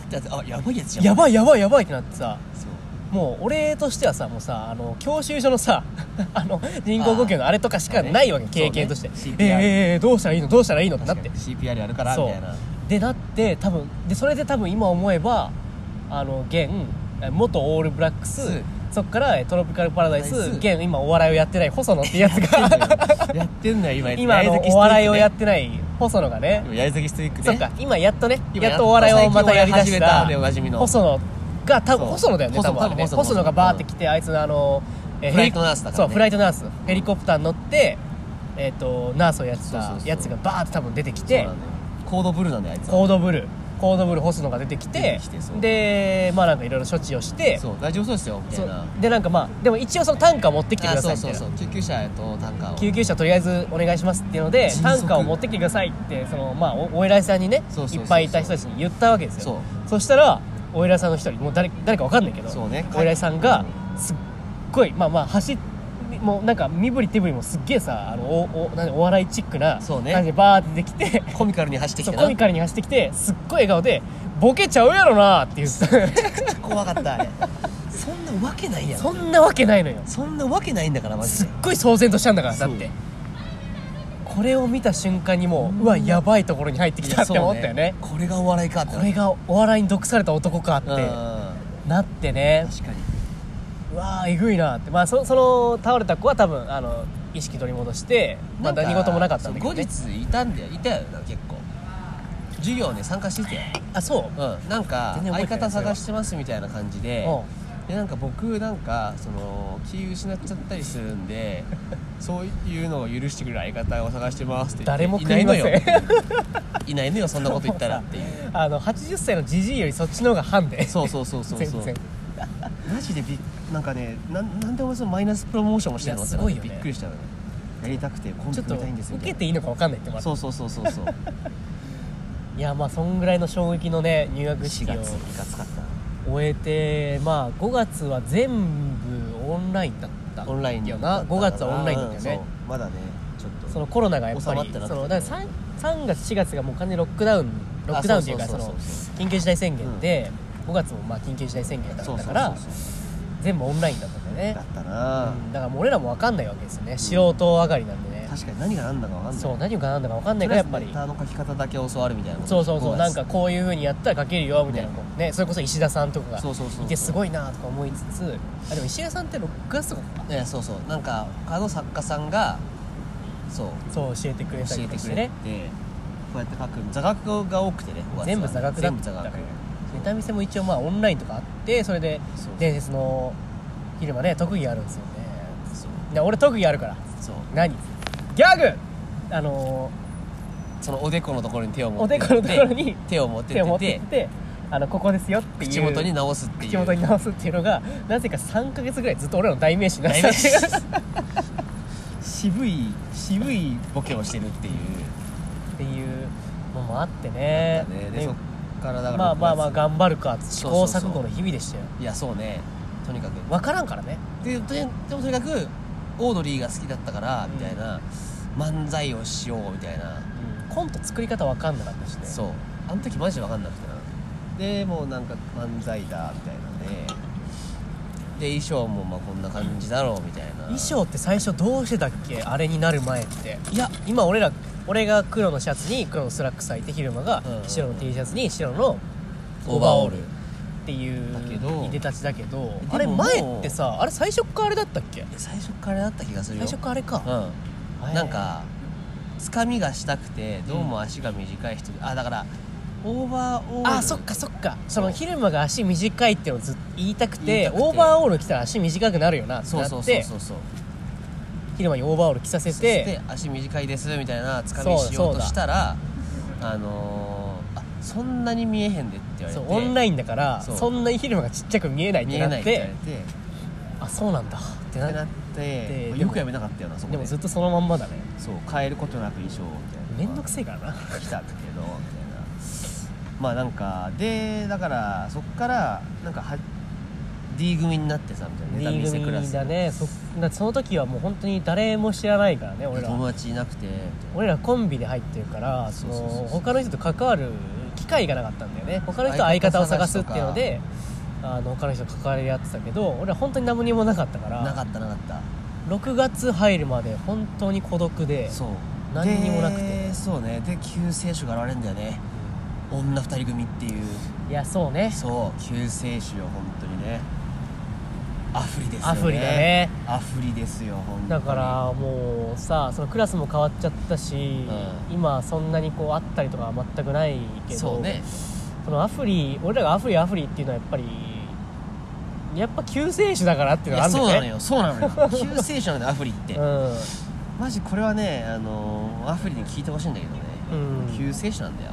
だってあやばいやつじゃん
やばいやばいやばいってなってさ
そう
もう俺としてはさもうさあの教習所のさ (laughs) あの人工呼吸のあれとかしかないわけ
あれ
経験として、
そうね
え
CPR
えええどうしたらいいのどうしたらいいのってなって
確かに CPR やるから
そう
みたいな
でなって多分でそれで多分今思えばあの現え元オールブラックス
ス
そっからえトロピカルパラダイス
パラダイス
現今お笑いをやってない細野ってやつ
(laughs)
が
やってんのよ今
(laughs) 今あのお笑いをやってない細野がね
今やりすぎストイックね
そっか今やっとね
今
やっとお笑いをまたやりだ
最
し
近お笑い始め
た
たでおなじみの
細野が多分
そう
細野だよね
細
多
野
分あれね
多分細野
細野がバーって来てあいつのあのえ
フライトナースだからね
そうフライトナースヘリコプターに乗ってえっとナースをやって
そうそ
た
うそう
やつがバーって多分出てき
そう
て
なんだよコードブルーなんだよあいつは
コードブルーコードブルー星野が出てき
出
て
てきてそう
でまあなんかいろいろ処置をして
そう大丈夫そうですよみた
そ
いうな
でなんかまあでも一応その単価を持ってきてく
あ
ださ
そ
いうみた
そ
いうな
そう救急車と単価を
救急車とりあえずお願いしますっていうので
迅速
単価を持ってきてくださいってそのまあおお偉いさんにね
そうそうそうそう
いっぱいいた人たちに言ったわけですよそしたらお偉いさんの一人もう誰誰かわかんないけど
そうね
お偉いさんがすっごいまあまあ走ってもうなんか身振り手振りもすっげえさあのおおなんお笑いチックな
そうね
感じでバーってできて
コミカルに走ってき
そう
て
コミ
な
カルに走ってきてすっごい笑顔で「ボケちゃうやろな」って言っ
(laughs)
てた
怖かったあれそんなわけないやん
そんなわけないのよ
そんなわけないんだからマジ
すっ
で
ごい騒然としたんだからだっ
そ
て
う
これを見た瞬間にもううわやばいところに入ってきたって思ったよね
これがお笑いかって
これがお笑いに毒された男かってなってね
確かに
うわーえぐいなってまあそその倒れた子は多分あの意識取り戻してまあ何事もなかったんだけど、ね、
そう後日いたんだよいたよな結構授業ね参加してきたよ
あそう
うんなんか
全然覚
相
えてない
方探してますみたいな感じで
うん
でなんか僕なんかその気失っちゃったりするん (laughs) でそういうのを許してくれる相方を探してますって言って
誰も
い
食
ないい
ま
の
せ
よ
ん (laughs)
いないのよそんなこと言ったらっていう (laughs)
あの80歳のじじいよりそっちの方がハンで (laughs)
そうそうそうそうそう
全然
マジでびっなんかねなんなんでお前そのマイナスプロモーションをしてるの
いや
って
すごいよね
びっくりしたのよやりたくてコン
ち
ビ
ょっと
組みたいんですよ
受
みた
け
いな
ていいのか分かんないってま
そうそうそうそうそう
いやまあそんぐらいの衝撃のね入学
4
式を
月いかつかった
終えてまあ5月は全部オンラインだった
オンライン
よな5月はオンラインだった
うん
よね
そうまだねちょっと
そのコロナがやっぱり
収まってなくて
そのだから 3, 3月4月がもう完全にロックダウンロックダウンっていうかその緊急事態宣言で、5月もまあ緊急事態宣言だった
そうそうそうそう
から全部オンラインだったんだよ
だ
ね、
ったな、
うんだからもう俺らも分かんないわけですよね素人上がりなんでね、
確かに何が何だか分かんない
そう
ね
何が何だか分かんないからやっぱり
レターの書き方だけ教わるみたいなこと
そうそうそう
5
なん
月
かこういう風にやったら書けるよみたいな
ね
ねそれこそ石田さんとかが
そうそうそう
いてすごいなとか思いつつあでも石田さんって6月とかか
いやそうそうなんかあの作家さんがそう
そう教えてくれた
教
り
え
と
て
か
く
し
れ
て
て、
ね
こうやって書く座学が多くてね5月は
全部座学だ
全
っ
部座
たから
学
ネタ見せも一応まあオンラインとかあってそれで
そう
伝説の昼間ね特技あるんですよね
そう
いや俺特技あるから
そう
何ギャグあの
そのおでこのところに手を持
お
って
で
って
このところに
手を持って
手を持
っ
ってて
て
ってあのここですよっていう
口元に直すっていう
口元に直すっていうのがなぜか3ヶ月ぐらいずっと俺らの代名詞になってた
代名詞渋い渋いボケをしてるっていう
っていうのもあってね
ね
で
でそっからだから
まあまあまあ
6月
頑張るか試
そう
行
そうそう
錯誤の日々でしたよ
いやそうねとにかく
分からんからね
でとにでもとにかくオードリーが好きだったからみたいな、漫才をしようみたいな
コント作り方分かんなかったしね
そうあの時マジで分かんなくてなでもうなんか漫才だみたいなねで衣装もまあこんな感じだろうみたいな
衣装って最初どうしてたっけあれになる前って
いや
今俺ら俺が黒のシャツに黒のスラックス履いて昼間が
うんうんうん
白の T シャツに白の
オーバーオール
っていう
だけど
いでたちだけ
で
ど
も
あれ前ってさあれ最初っからあれだったっけ
最初からだった気がする
最
よ
初っからあれか
う
はい
んなんかつかみがしたくてどうも足が短い人、あだからオーバーオール
あそっかそっかその
そう
昼間が足短いってのをずっと言いたくて
言いたくて
オーバーオール着たら足短くなるよなって
そう
な
そう
っ
そう
て
そうそう
昼間にオーバーオール着させ
そしてて足短いですみたいなつかみし
そ
よう
うそう
と
だ
したらあのー、あそんなに見えへんでって言われて
そうオンラ
イ
インだから
そ
そうそんなに昼間がちっちゃく見えないっ
見
て
え
な
ない
っ
って言わ
て
れて
あそうなんだって
っ
な
てな
っ
ってまあ
ででも
よくやめなかったよなそこ
で
で
もずっとそのまんまだね
そう変えることなく衣装みたいな
めんどくせえから (laughs) な
来たけどみたいなまあなんかでだからそっからなんかは D 組になってさみたいな
D
ネタ見せクラ
組
ス
だねそだその時はもう本当に誰も知らないからね俺ら
友達いなくてみたいな
俺らコンビで入ってるからそ
そうそうそうそう
の他の人と関わる機会がなかったんだよね他の人は相方を探すっていうのであの他の人と関わり合ってたけど俺は本当に何にもなかったから
なかったなかった
6月入るまで本当に孤独で
そう
何にもなくて
でそうねで救世主が現れるんだよね女二人組っていう
いやそうね
そう救世主よ本当にねアフリですよね
アフリだね
アフリですよ本当に
だからもうさそのクラスも変わっちゃったし、
ん
今そんなにこう会ったりとかは全くないけど
そうね
そのアフリ俺らがアフリアフリっていうのはやっぱりやっぱ救世主だからっていう
い
のがあ
や
るんだ
そうな
よ
の
ね
よそうなのよ (laughs) 救世主なんだよアフリって、
うん
マジこれはねあのーアフリに聞いてほしいんだけどね、
うん
救世主なんだよ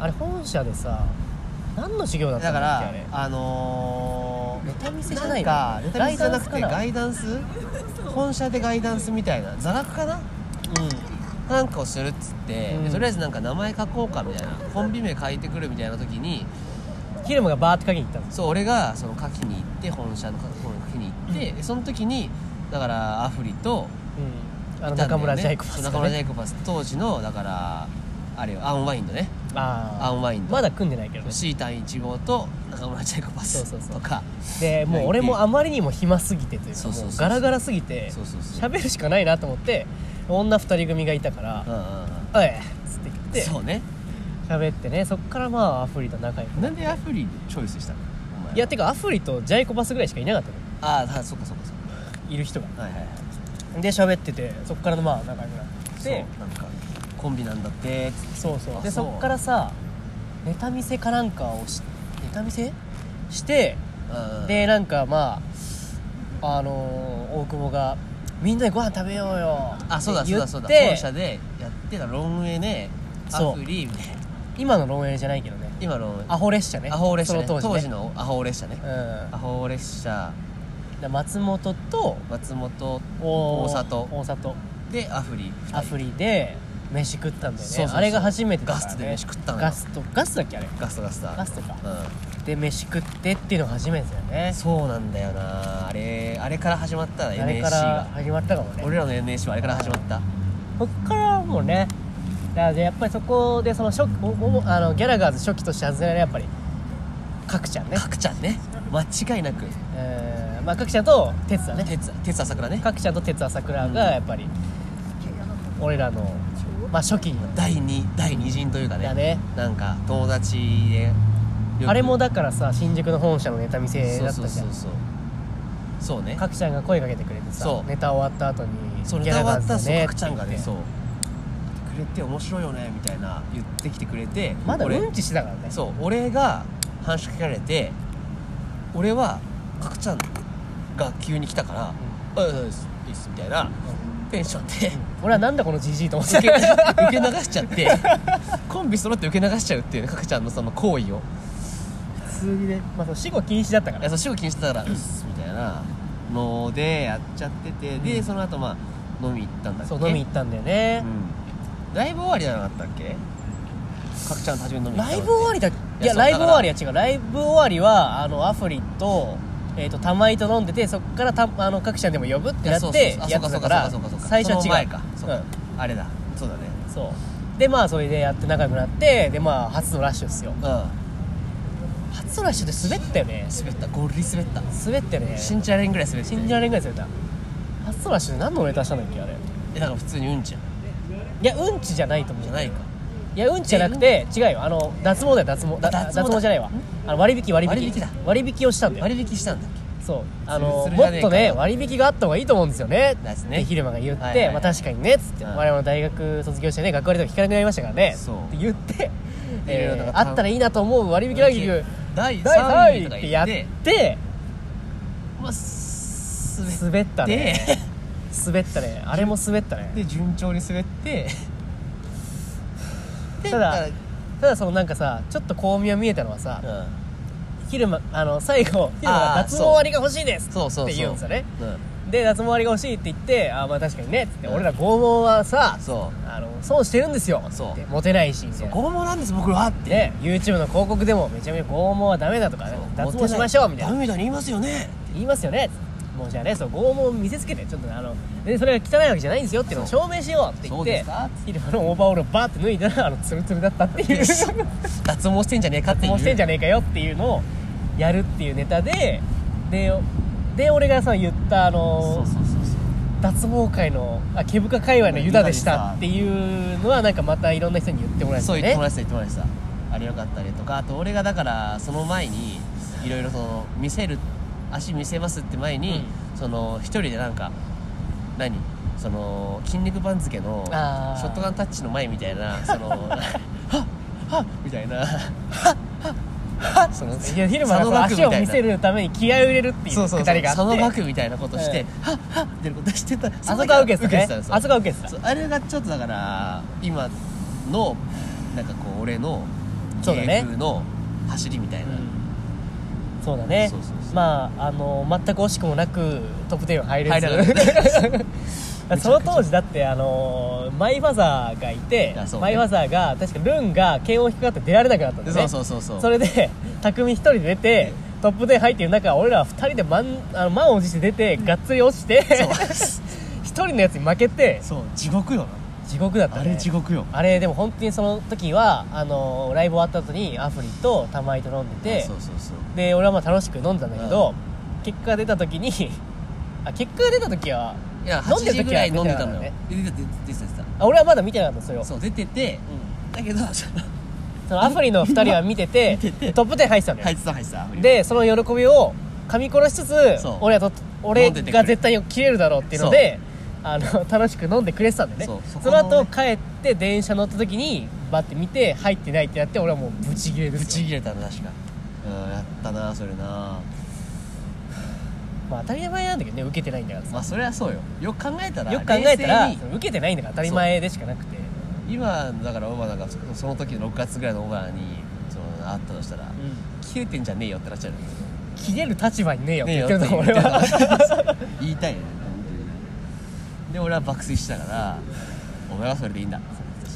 あれ本社でさ何の授業だった
だ
ん
か
だっけあ
ら
れ
あのー、
ネタ見せじゃないの
んかネタ見せじゃなくて
ガ
ガ
イ
イダンス本社でガイダンスみたいな座学かななんかをするっつって、
うん
でとりあえずなんか名前書こうかみたいなコンビ名書いてくるみたいな時に
うんヒルムがバーって鍵に行ったんです
そう俺がその書きに行って本社の書きに行って、でその時にだからアフリと
うんあの
いたんだよね
中村ジャイコパス
そう
が
中村ジャ
ね
イコパス当時のだからあれよアンワインドね
あー
アンワインド
まだ組んでないけどね
シータン1号と中村ジャイコパス
そうそうそう
とか
でもう俺もあまりにも暇すぎてというか
そうそうそう
もうガラガラすぎて
そうそうそう
喋るしかないなと思って女2人組がいたから
うんうんうん
「おい!」っつって言って
そうね
喋ってねそっからまあアフリと仲良く
なんでアフリチョイスしたのお前はい
やてかアフリとジャイコパスぐらいしかいなかったの
ああそっかそっかそっか
いる人が
はいはいはい
で喋っててそっからまあ仲良くなって
そうなんかコンビなんだってつって
そうそう
あ
で
そう
そっからさネタ見せかなんかをしネタ見せして
うん
でなんかまああのー大久保が「みんなでご飯食べようよ」
あそうだ
って
そう
言っ
だそうだ
て
本社でやってたロンウェイねア
そう
フリみたいな
今のロンエイじゃないけどね
今の
アホ列車ね
アホ列車、ね、
その当時ね
のアホ列車ね
うん
アホ列車
で松本と
松本
お
大里
大里
でアフリ
アフリで飯食ったんだよね
そうそうそう
あれが初めてだ
ガ
から、
ス
ね、
トで飯食ったのよ
ガストガストだっけあれ
ガストガスト
ガストか
う
で飯食ってっていうのが初めてだよね
んそうなんだよなあれあれから始まったな
あれ
NSC
から
が
始まったかもね
俺らの NSC はあれから始まった
こっからもねだからでやっぱりそこでその初期おおあのギャラガーズ初期として外れられやっぱり角ちゃんね、
角ちゃんね間違いなく
えーまあ、角ちゃんと哲だね
鉄鉄朝倉ね
角ちゃんと哲朝倉がやっぱり俺らの、まあ、初期の
第二第二陣というかね
だね
なんか友達でよく
あれもだからさ新宿の本社のネタ見せだったじゃん
そうそうそうそうそうね
角ちゃんが声かけてくれてさ
そう
ネタ終わった後に
そう
ギ
ネ
ャ
タ
ラ
終わ
ガー
っ
ズ
た
だ
そう
ね
角ちゃんが
って
ね
言って
そうくれて面白いよねみたいな言ってきてくれて
まだ
俺
うんちしてたからね
そう俺が話しかけられて俺は角ちゃんが急に来たから「うん、いいっすいいっす」みたいなテンションで
俺はなんだこのじじいと思 (laughs) って
受
た
け (laughs) 受け流しちゃって (laughs) コンビ揃って受け流しちゃうっていうね角ちゃんのその行為を
普通にね、まあ、そう死後禁止だったか
いや
ら
そう死後禁止だから「うっす」みたいなのでやっちゃっててでその後まあ飲み行ったんだっけ
そう飲み行ったんだよね
うんライブ終わりじゃなかったっけ角ちゃんと初めに飲み行った
ライブ終わ
り
りだい
いや
や
そう
ライブ終わりは違うライブ終わりはあのアフリと,、えー、と玉井と飲んでてそっからたあの各社でも呼ぶってなってやってたから
そうかそうかそうかそうかそうか
最初
その
は違
前
う
かそうかあれだそうだね
うん、そうでまあそれでやって仲良くなってでまあ初のラッシュですよ
うん
初のラッシュで滑ったよね
滑ったゴリ滑った
滑ったよね
信じられんぐらい滑って
信じられんぐらい滑った初のラッシュで何のネタしたんだっけあれい
えだから普通にうんちゃん
やうんちじゃないと思う
じゃないか
いやうんちじゃなくて違うよあの脱毛だよ脱毛だ
あ脱毛
脱
だ
毛じゃないわあの割引割引
割引だ
割引をしたんだよ
割引したんだっけ
そうあの
それ
も
じゃね
っ
え
と
か
ね割引があった方がいいと思うんですよね
ですね
で昼間が言って、
はいはいはい
まあ、確かにねっつって、
うん
我々の大学卒業してね学割とか聞かなくなりましたからね
そう
って言って、
でいろいろ
え
なん
ー
か
あったらいいなと思う割引ランキング
第
第
3位
3
とか
位って
言
や
っ
ってて
まあす滑っ
滑った
て
ね滑ったねあれも滑ったね
で順調に滑ってで
ただただそのなんかさちょっと巧妙見えたのはさ、
うん
昼間あの最後昼間が脱毛割が欲しいです
そうそうそう
って言うんですよね
うん
で脱毛割が欲しいって言ってあーまあ確かにねっつって、俺ら剛毛はさ
そ
あの損してるんですよ
そう
ってモテないしみたいうな
拷問なんです僕らはって
ね YouTube の広告でもめちゃめちゃ剛毛はダメだとか、ね、脱毛しましょうみたい
ダメ
な
みたいに言いますよね
言いますよねもうじゃあねそう剛毛を見せつけてちょっとねあのでそれが汚いわけじゃないんですよっていうのを
そ
証明しようって言
そう
っ
で
て
すか
昼間のオーバーオールをバーって脱いだらあのツルツルだったって
(laughs)
いう
脱毛してんじゃねえかっていう
もうしてんじ
ゃ
ゃねえかよっていうのをやるっていうネタででで俺がさ言ったあ
そ
の
うそうそう
脱毛界のあ毛深界隈のユダでしたっていうのはなんかまたいろんな人に言ってもらえ
そう
た
そう言って
ね
もらってた言ってもらってたあれよかったねとかあと俺がだからその前にいろいろその見せる足見せますって前に、その一人でなんか何その筋肉番付のシ
あー
ョットガンタッチの前みたいなそのはっはっみたいなはっはっその
いや昼間は
佐
そ
野岳みたい
う足を
な
見せるために気合を入れるっていう
そうそう
く
そ
だ
う
りがあって
佐野岳みたいなことして、
うん
はっはっってことしてた
あそこが受けてたね
受です
あそこが受けてた
そうあれがちょっとだから今のなんかこう俺の
そうだね
芸風の走りみたいな、
そうだね
そうそうそう
まああの全く惜しくもなくトップ10は入れず
入らなか (laughs)
その当時だってあのマイファザーがいて
あそうね
マイファザーが確かルンが慶応引っかかって出られなくなったんだよね
そうそうそうそう
それで匠一人で出てトップ10入ってる中俺らは二人で満あの満を持して出てがっつり落ちて一人のやつに負けて
そう地獄よ
地獄だっ
な
た、ね、
あれ地獄よ
あれでも本当にその時はあのライブ終わった後にアフリと玉井と飲んでて
そうそうそう
で俺はまあ楽しく飲んだんだけど、結果が出た時にあ結果が出た時はい
や
飲ん
8
でる時
時
は
ぐらい飲んでたのよ
出てなか
出てた出てた出て
あ俺はまだ見てなかったのそれを
たそう出てて
う
だけどその
んそのアフリの2人は見てて
(laughs) 見てて
トップ10入ってたのよ、
入ってた入ってた
でその喜びを噛み殺しつつ
そう
俺はと俺
飲んでてくれ
が絶対に切れるだろうっていうのであの (laughs) 楽しく飲んでくれてたんだよね
そうそこ
そ
の
の
ね
後帰って電車乗った時にバッて見て入ってないってなって俺はもうブチギレ
ぶ
です
ち
よ
切れたの確かうんやったなそれな
まあ当たり前なんだけどね受けてないんだからさ
まあそれはそうよよく考えたら
よく考えたら
冷静に
受けてないんだから当たり前でしかなくて
今だからオバナがそその時の6月ぐらいのオバナにそのがあったとしたら、切れてんじゃねえよってなっちゃうよね
切れる立場にねえよって
ねえよ
言っ
ってて
る
言い
の俺
たい
は
(laughs)
(laughs)
言いたいよね本当にで俺は爆睡したからお前はそれでいいんだ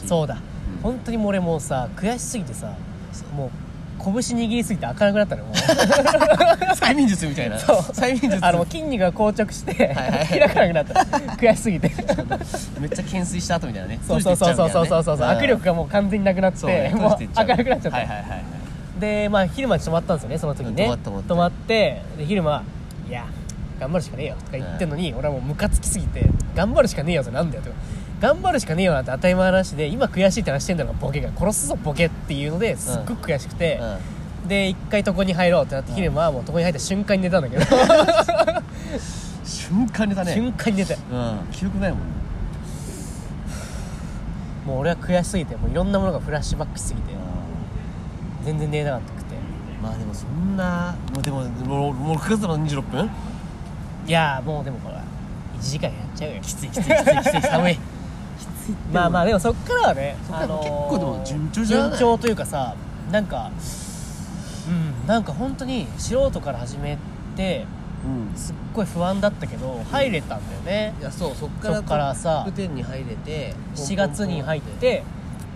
そううだ
ん
本当にもう俺もうさ悔しすぎてさもう拳握りすぎて開かなくなったのよもう
催眠術みたいな
そう
催眠術
あの筋肉が硬直して
はいはいはい
開かなくなった悔し
(laughs)
すぎて
めっちゃ懸垂した後みたいなね
そうそうそうそうそうそうそう握力
が
がもう完全になくなって
そうね閉
もう
じていっちゃ
開
う
かなくなっちゃった、
はいはいはいはい
でまあ昼間泊まったんですよねその時にね
うん泊まった泊まった
ってで昼間「いや頑張るしかねえよ」とか言ってんのに、俺はもうムカつきすぎて「頑張るしかねえよ」ってなんだよとか頑張るしかねえよなんて当たり前の話で今悔しいって話してんだろボケが殺すぞボケっていうのですっごく悔しくて、で一回床に入ろうってなって昼間はもう床に入った瞬間に寝たん
(laughs)
だけ
う
ど、
ん瞬間寝たね
(laughs) 瞬間に寝た
うん記憶ないもんね
もう俺は悔しすぎてもういろんなものがフラッシュバックしすぎて全然寝れなかったくて
まあでもそんなもうでももうもう9月の26分
いやーもうでもほら1時間やっちゃうよきついきつい
きついきつい
寒いまあまあでもそっからはね
そっから
あのー
結構でも順調じゃない
順調というかさなんかうんなんか本当に素人から始めて
うん
すっごい不安だったけど入れたんだよね
いやそうそっか
そ
ら
っからさ
トップ10に入れて
7月に入って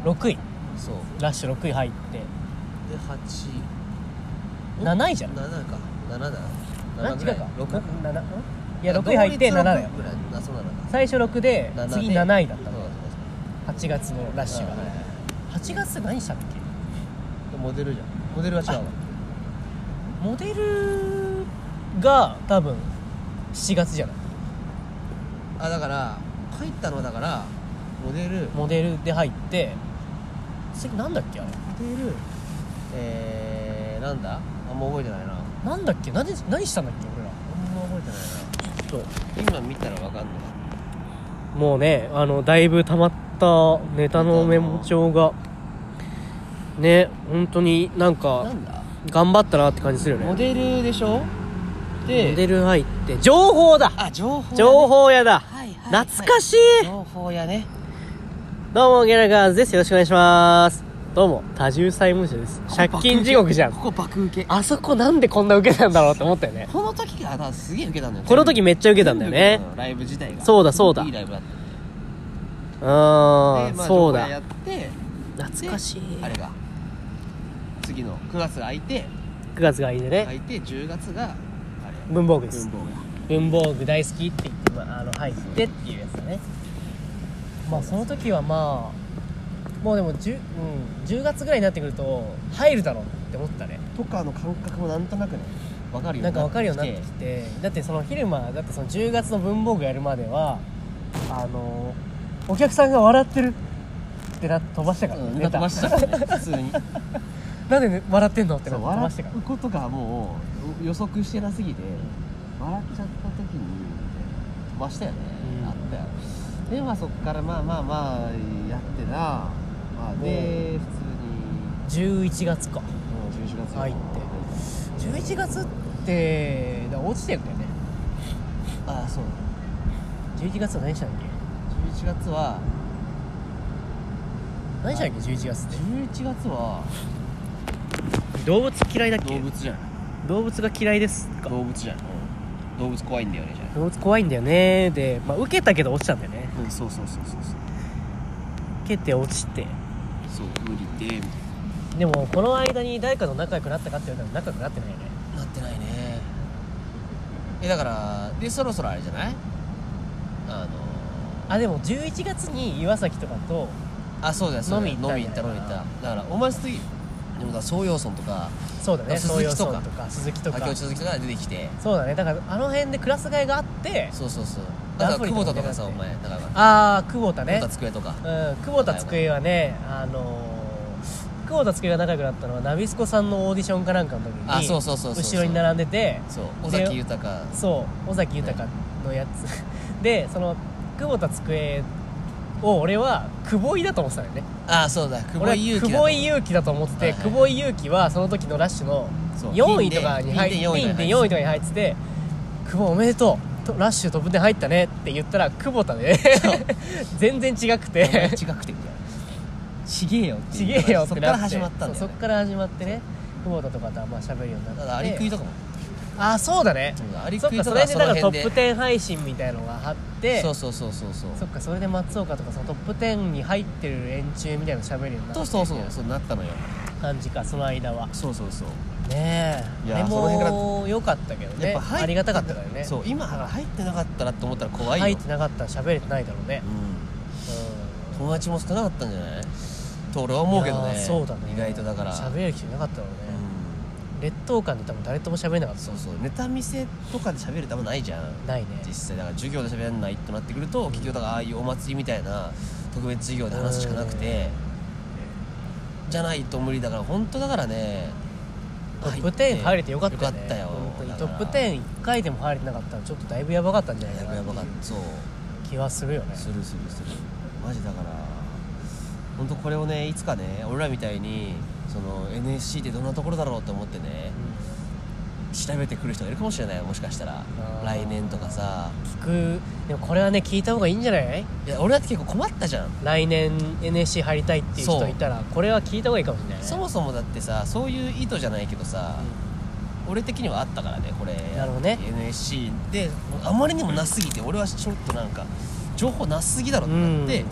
6位
そう
ラッシュ6位入って
で8
7位じゃん
7か7だ
何
7
時
ぐ
間
ら
か
6
7いや6位入って7だよ
ぐらいあそうなのか
最初6で
7で
次7位だっ
そ
た
う
の
だそうだ
8月のラッシュが
はいはいは
8月何したっけ
いモデルじゃんモデルは違うわ
モデルが多分7月じゃない
あだから入ったのはだからモデルモ
モデルで入って次なんだっけあれ
デルえー、なんだあんま覚えてないなあん
なんだっけ何何したんだっけ俺ら
ま覚えてないな今見たらわかんない
もうねあのだいぶ溜まったネタのメモ帳がね本当になん
な
か
んだ
頑張ったなって感じするよね
モデルでしょ
モ
で
デル入って情報だ
あ情報屋ね
情報屋だ、
はいはいはい
懐かしい、
情報やね
どうもゲラガーズですよろしくお願いしますどうも多重債務者です借金地獄じゃん
ここ爆受け
あそこなんでこんな受けたんだろうって思ったよね
この時があすげえ受けたんだよ
この時めっちゃ受けたんだよね
全部受けたのライブ自体が
そうだそうだ
いいライブだった
うー
で
ん
まあ
そう
情報屋や
だ
って
懐かしい
あれが次の9月が空いて
9月がいいでね
空いて10月があれ
文房具です
文房
文房具大好きって言って、まあ、あの入ってっていうやつだねまあその時はまあもうでも 10,、うん、10月ぐらいになってくると入るだろうって思ったね
具とかの感覚もなんとなくねわかるよ
なんか分かるようになってきてだってその昼間だってその10月の文房具やるまではあのお客さんが笑ってるってな飛ばしたから、
うん
ネ
飛
タ
ばしちゃったね普通に
なんで、ね、笑ってんのって
そ
なっ
う
て飛ば
笑
してから
うことがもう予測してなすぎて笑っちゃった時に飛ばしたよね、
うん
あったよでまあそっからまあまあまあやってな、まあ、で普通に
11月か
もう11月
入って11月ってだから落ちてるんだよね
ああそうだ
11月は何したんだっけ
11月は
何したんだっけ11月っ
11月 (laughs) は
て動物嫌いだっ
動物じゃん
動物が嫌いです
動物じゃん動物怖いんだよねじ
動物怖いんだよねで、まあ、受けたけど落ちたんだよね
ゃうんそうそうそうそうそう
受けて落ちて
そう無理でみたい
でもこの間に誰かと仲良くなったかって言われたら仲良くなってないよね
ななってないねえだからでそろそろあれじゃないあの
あでも11月に岩崎とかと
あそうだよそうだよ
飲み行った
飲み行った飲み行っただからお前次でもだソウヨーソンとか
そうだね
鈴木とか
ソヨソンとか鈴木と
竹
か
内鈴木とかが出てきて
そうだねだからあの辺でクラス替えがあって
そうそうそうだから
ナポリ
久
とか
保田
も
とかさお
出てきて
前だから久
ああ久保田
保
ね
田机とか
うん、久保田机はね、あのー、久保田机が仲良くなったのはナビスコさんのオーディションかなんかの時に
あそうそうそうそう
後ろに並んでて
そう尾崎豊
そう尾崎豊のやつ、でその久保田机を俺は久保井だと思ってたのよね
あそうだ久
俺
保
は
井勇気
久保井勇気だと思ってて、
はいはい
久保井勇気はその時のラッシュの
そう
4位とかに入って
ピンで4位
ピ
とかに入って
ンで4位とかに入ってて「久保おめでとうと」ラッシュトップ10入ったねって言ったら久保田で (laughs) 全然違く
名前
て
違くてみたいなちげえよって
ち
いう
げえよって
そっ
な
か
って
ら始まったんだ
そ
よ、
うそ
ね
っ、から始まってね久保田とかとはまあ喋るようになっ
だ
て
からアリ食いとかも
あそうだね
うんアリ
そ
食
っ
い
か
とか
それ
は
で
そ
だか
の
らト
辺
ッ
で
プ10配信みたいのがあって
そうそうそうそうそう
そっかそれで松岡とかそのトップ10に入ってる連中みたいなの喋るようになって
そうそうそうそうなったのよ
感じかその間は
そうそうそう
ね
い
え
や
あれ
その辺から
も良かったけどね
入っ
ありがたかったからね
そう今入ってなかったらと思ったら怖いよ
入ってなかったら喋れてないだろうね
うん、友達も少なかったんじゃないと俺は
うん
思うけどね
いやーそうだね
意外とだから
喋る気なかったろうね
うん
劣等感で多分誰とも喋れなかった
そうそうネタ見せとかで喋るたまないじゃん
ないね
実際だから授業で喋らないとなってくると企業だからああいうお祭りみたいな特別授業で話すしかなくてじゃないと無理だから本当だからね
トップ10入れてよかったね
よかったよ
本当に
だ
ト
から
ップ10一回でも入れてなかったらちょっとだいぶやばかったんじゃない
や
か
ばい
な
や
って
ばかっ
い
たそう
う気はするよね
するするするマジだから本当これをねいつかね俺らみたいにその NSC ってどんなところだろうと思ってね調べてくる人がいるかもしれないよもしかしたら
あー
来年とかさ
聞くでもこれはね聞いた方がいいんじゃない
いや俺だって結構困ったじゃん
来年 NSC 入りたいっていう
そ
人
う
いたらこれは聞いた方がいいかもしれないね
そもそもだってさそういう意図じゃないけどさ、俺的にはあったからねこれ
なるほどね
NSC であまりにもなすぎて俺はちょっとなんか情報なすぎだろってなって、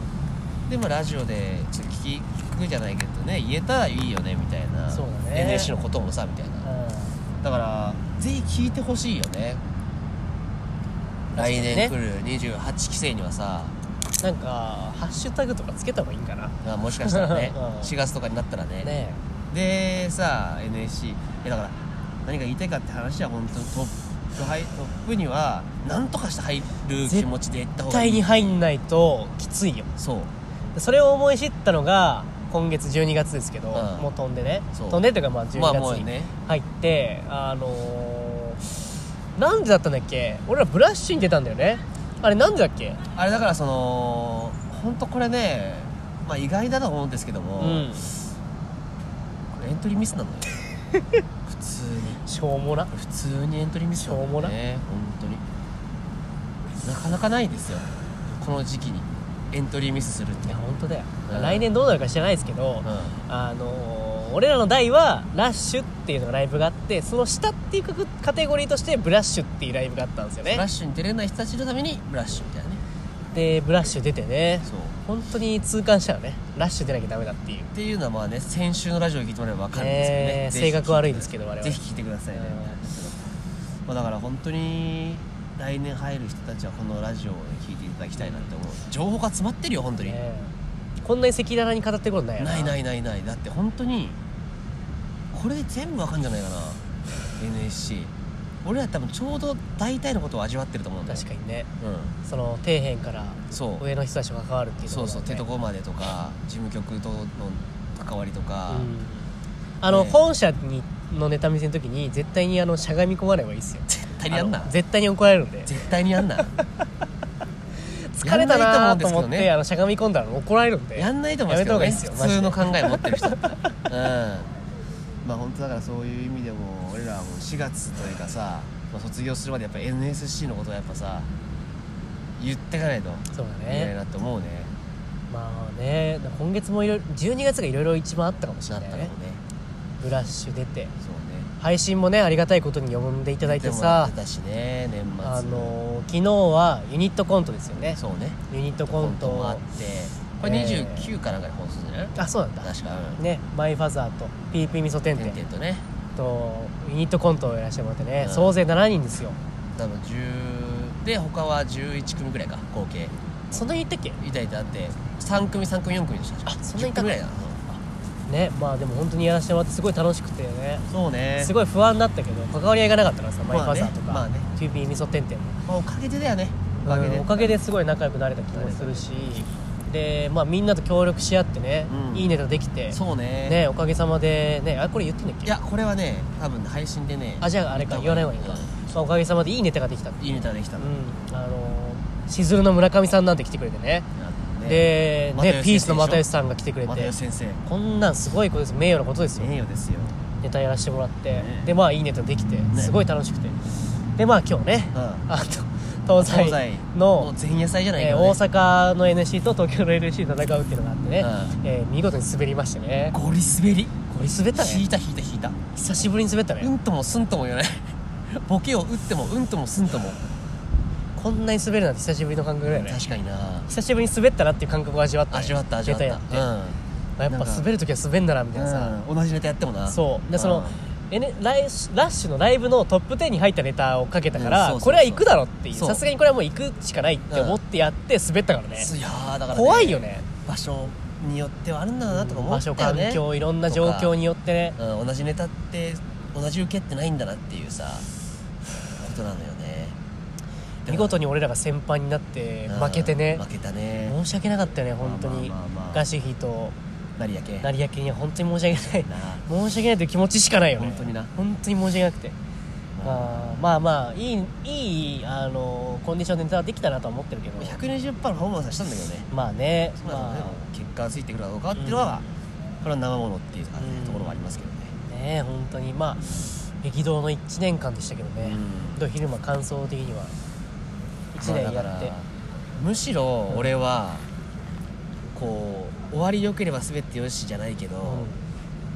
でまあラジオでちょっと聞き聞くじゃないけどね言えたらいいよねみたいな
そうだね
NSC のこともさみたいなだからぜひ聞いてほしいよね来年来る28期生にはさ、
うんなんかハッシュタグとかつけた方がいいんかなね
まあ、もしかしたらね
(laughs) うん
4月とかになったらね
え
でさ NSC えだから何が言いたいかって話は本当にトップはいトップには何とかして入る気持ちでいった方
絶
がい
対
い
に入んないときついよ
そう
それを思い知ったのが今月12月ですけど、
うん
もう飛んでね
そう
飛んでっていうかまあ
まあ
12
も
月
う
に
ね
入って、あのー、なんでだったんだっけ俺らブラッシュに出たんだよねあれなんでだっけ
あれだからその本当これねまあ意外だと思うんですけども、
うん
これエントリーミ
(laughs)
スなのよ普通に
しょうもな
普通にエントリーミスなんだよ
しょうもな
ね本当になかなかないですよこの時期にエントリーミスするって
いや本当だよ、
うん
来年どうなるか知らないですけど、
う
あのー、俺らの代はラッシュっていうのがライブがあってその下っていうカテゴリーとしてブラッシュっていうライブがあったんですよ
ん、ブラッ
ね
シュに出れない人たちのためにブラッシュみたいなね
でブラッシュ出てね
そう
本当に痛感したよねラッシュ出なきゃダメだっていう
っていうのはまあね先週のラジオ聞いてもらえば分かるんですけどね、
えー
ぜひ
性格悪いですけど我々
ぜひ聞いてくださいね、まあ、だから本当に来年入る人たちはこのラジオを、ね、聞いていただきたいなって思う情報が詰まってるよ本当に、
ねえこんなに赤裸々に語ってることないよ
ないないいないないだって本当にこれで全部わかんじゃないかな NSC 俺ら多分ちょうど大体のことを味わってると思うんだよ
確かにね
に、うん、
その底辺から
そう
上の人たちが関わるっていう
そ
とこ
う
ろ
そう手とこまでとか事務局との関わりとか、
うんあの、
ね
本社にのネタ見せの時に絶対にあのしゃがみ込まない方がいいですよ
絶対にやん
あ
な
の絶対に怒られるんで
絶対にやんな
疲れたな
やんない
ー
と
と
思う
思っ
んですけど
て、
ね
あのしゃがみ込んだら怒られるんで
やんないと思うんですけど、ね、
やめた方
普
がいい
通
ですよ
の考え持ってる
(laughs)
人だったらうんまあ本当だからそういう意味でも俺らはもう4月というかさ、まあ、卒業するまでやっぱ NSC のことはやっぱさ言ってかないと
そう
い
だ
けない
ね
なって思うね
まあね今月もいろいろ12月がいろいろ一番あったかもし
な
れ
っ
な
た
い
のもね
ねブラッシュ出て
そうね
配信もねありがたいことに呼んでいただいてさ
出てもらってたしね年末
あのー昨日はユニットコントですよね
そうね
ユニットコント
もあってこれ
えー
29かなんかで放送じゃない、
あそうなんだ
確かうん
ねマイファザーとピーピーみそてんて
点
ん
々とね
とユニットコントをやらせてもらってね、
うん
総勢7人ですよ
多分10で他は11組ぐらいか合計
そんなに言ったっけ
いたいたあって3組3組4組でした
あそんなにいた
10組ぐ
の
らいだな
ねまあでも本当にやらせてもらってすごい楽しくてね
そうね
すごい不安だったけど関わり合いがなかったからさ、
まあね
マイファザーとか、
まあね
ピーピーみそてんてんも
まあ、おかげでだよねお
おか
かげ
げ
で、
でおかげですごい仲良くなれた気もするしで、まあ、みんなと協力し合ってね、
うん
いいネタできて、
そうね
ね、おかげさまでねあこれ言ってんだっけ
いやこれはね多分配信でね
あじゃああれか言わない方がいいか、まあ、おかげさまでいいネタができたって
うんいいネタできた
う
の、
んあのーしずるの村上さんなんて来てくれてね
ね
で
又吉
ねピース
先
の
生
又吉さんが来てくれ
又
て
吉先生
こんなんすごいことです名誉なことですよ、
名誉ですよ
ネタやらせてもらって、
ね
でまあいいネタできて、すごい楽しくてでまあ今日ね
うん
あ東西
東西
の
前夜祭じゃないけ
えー
どね
大阪の NC と東京の NC で戦うっていうのがあってね、
う
えー見事に滑りましてね
ゴリ滑り
これ滑った
引い
ね
た引いた引いた
久しぶりに滑ったね、
うんともすんとも言わないボケを打ってもうんともすんとも
こんなに滑るなんて久しぶりの感覚だよね
確かにな
久しぶりに滑ったなっていう感覚を味わったね、
味わった味わった
ネタやってまあやっぱ滑るときは滑んだなみたいなさ、
うん同じネタやってもな
そうでそ
うん
の、えねライラッシュのライブのトップ10に入ったネタをかけたから、
うんそうそうそう
これは行くだろっていう
そう
さすがにこれはもう行くしかないって思ってやって滑ったからね、
いやーだから、
怖いよね
場所によってはあるんだなとか思
場
った
所
よ、ね、
環境いろんな状況によってね
うん、同じネタって同じ受けってないんだなっていうさことなのよね
見事に俺らが先輩になって負けてね
うん負けたね
申し訳なかったよね本当に
まあまあまあまあ
ガシフィと
なりやけ
成明には本当に申し訳ない
なあ
申し訳ないという気持ちしかないよね
本当にな
本当に申し訳なくてあーまあまあいいいいあのコンディションでネタはできたなとは思ってるけど
120%のパフォーマンスはしたんだけどね
まあね
そうなんだね
ま
結果がついてくるかどうかっていうのは、これは生ものっていう感じのところはありますけどね、
あね本当にまあ激動の1年間でしたけどね
うん
ど昼間感想的には1年
ま
や
あ
っ
だか
て
らむしろ俺は、こう終わりよければ滑ってよしじゃないけど、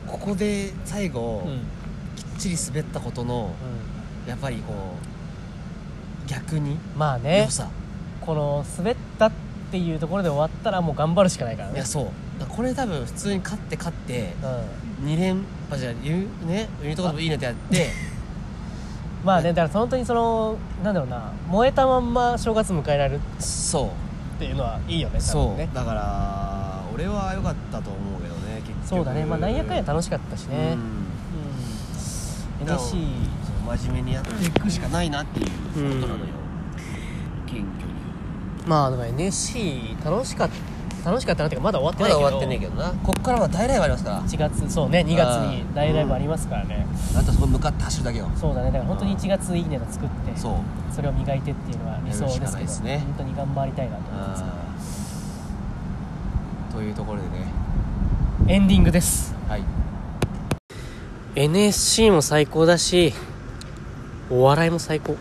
ここで最後、
うんうんうん
きっちり滑ったことのやっぱりこう逆に
まあね
良さ
この滑ったっていうところで終わったらもう頑張るしかないから
い
ね
やそうだからこれ多分普通に勝って勝って
うん
2連覇じゃ言うね言うとこでもいいのってやって
まあねだから本当にそのなんだろうな燃えたまんま正月迎えられる
そう
っていうのはいい (laughs) よね多
そ
分
う、
ね
だから俺は良かったと思うけどね結局
そうだねまあなんやかんや楽しかったしねう
う
ん
んだからそ
NSC
う真面目にやっていくしかないなっていうことなのよ、謙虚に
まあでも NSC 楽しかった楽しかったなっていうかまだ終わって
ま
ない
だ
け
終わ
ど
ってねえけどなこっからは大ライブありますから
1月そうね2月
う
に
ん
大ライブありますからね、
あとそこ向かって走るだけよ
そうだねだから本当に1月いいネタ作って
そう
それを磨いてっていうのは理想
やるし
で
か
す
な
け
い
ど
ですね
本当に頑張りたいなと思います
あーというところでね
エンディングです
はい
NSC も最高だしお笑いも最高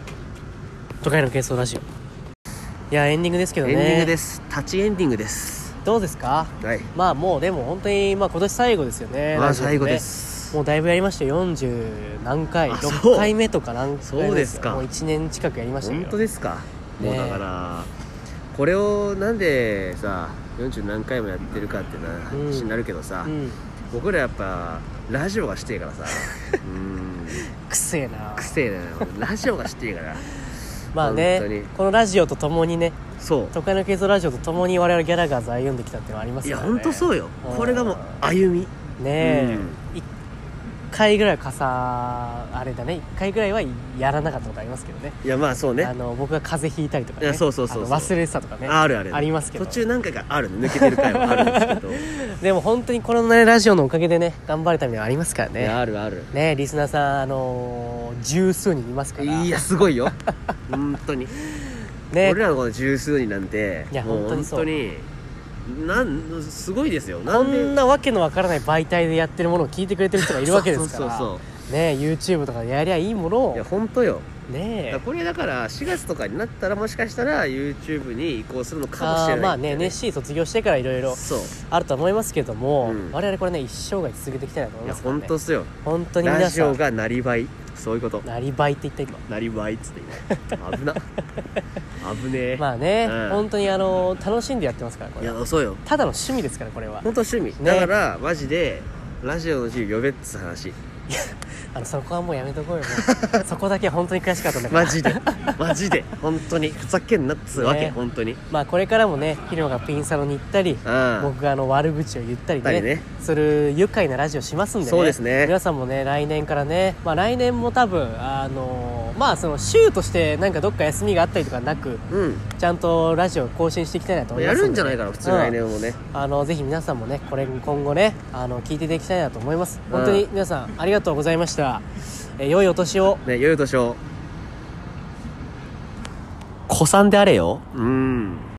都会の軽装ラジオいやエンディングですけどね
す立ちエンディングです
どうですか
はい
まあもうでも本当にまあ今年最後ですよねラジオもね
す
もうだいぶやりましたよ40何回
あそう
6回目とか何回目よ
そうですか
もう1年近くやりましたけど
本当ですか、
ね
もうだからこれをなんでさ40何回もやってるかってな
うん
話になるけどさ、
うん
僕らやっぱラジオがしてえ
(laughs)
からさうーん
くせえな
くせえなラジオがしてえから
まあ
本当に
ねこのラジオとともにね
そ
都会の軽装ラジオとともに我々ギャラガーズ歩んできたっていうのはありま
うい
すか
や
らね
本当そうよ
うん
これがもう歩み
ねえ、
う
1回ぐらいは傘あれだね1回ぐらいはやらなかったことありますけどね
いやまあそうね
あの僕が風邪ひいたりとか
い
ね
やそうそうそうそう
あの忘れてたとかね
あるある
ありますけど
途中何回かあるね抜けてる回もあるんです
(laughs)
けど
でも本当にこの、ね、ラジオのおかげでね頑張れたみたいなのありますから
いや
ね
あるある
ねリスナーさんあのー十数人いますから
いやすごい
(laughs)
よ本当に
ね
俺らのこの十数人なんて
いや
もう
本当にそう
本当になんすごいですよ
こ
なんで
んなわけのわからない媒体でやってるものを聞いてくれてる人がいるわけです
そ
から
うそうそう
ね YouTube とかでやりゃいいもの
そういや
を
本当よだか
ね
らこれだから4月とかになったらもしかしたら YouTube に移行するのかもしれな
あ
い
ーまあね NSC 卒業してからいろいろ
そう
あると思いますけども、
うん
我々これね一生涯続けていきたいなと思
い
い
や
ますから、
本
ね、
当っすよ
本当に皆
ラジ
さ
オ
ん
がなりばいそういうこと
なりばいって言った今
なりばいっつって今危
(laughs)
な危ねえ、
まあね、
うん
本当にあの楽しんでやってますからこ
い
れは
やそうよ
ただの趣味ですからこれは
本当趣味、
ね
だからマジでラジオの授業呼べっつう話
あのそこはもうやめとこうよ
(laughs)
もうそこだけは本当に悔しかったんだから
マジ
(laughs)
でマジで本当にふざけんなっつうわけ、
ね
本当に
まあこれからもねヒロがピンサロに行ったり
うん
僕があの悪口を言ったり
言
ね
ったりね
する愉快なラジオしますんでね
そうですね
皆さんもね来年からね、まあ、来年も多分あのまあその週としてなんかどっか休みがあったりとかなく
うん
ちゃんとラジオ更新していきたいなと思いま
や
す
るんじゃないかな普通に来年もね、
あのぜひ皆さんもねこれ今後ねあの聞いていただきたいなと思います
うん
本当に皆さんありがとうございました、えー良いお年を
ねよいお年を
子さんであれよ
うん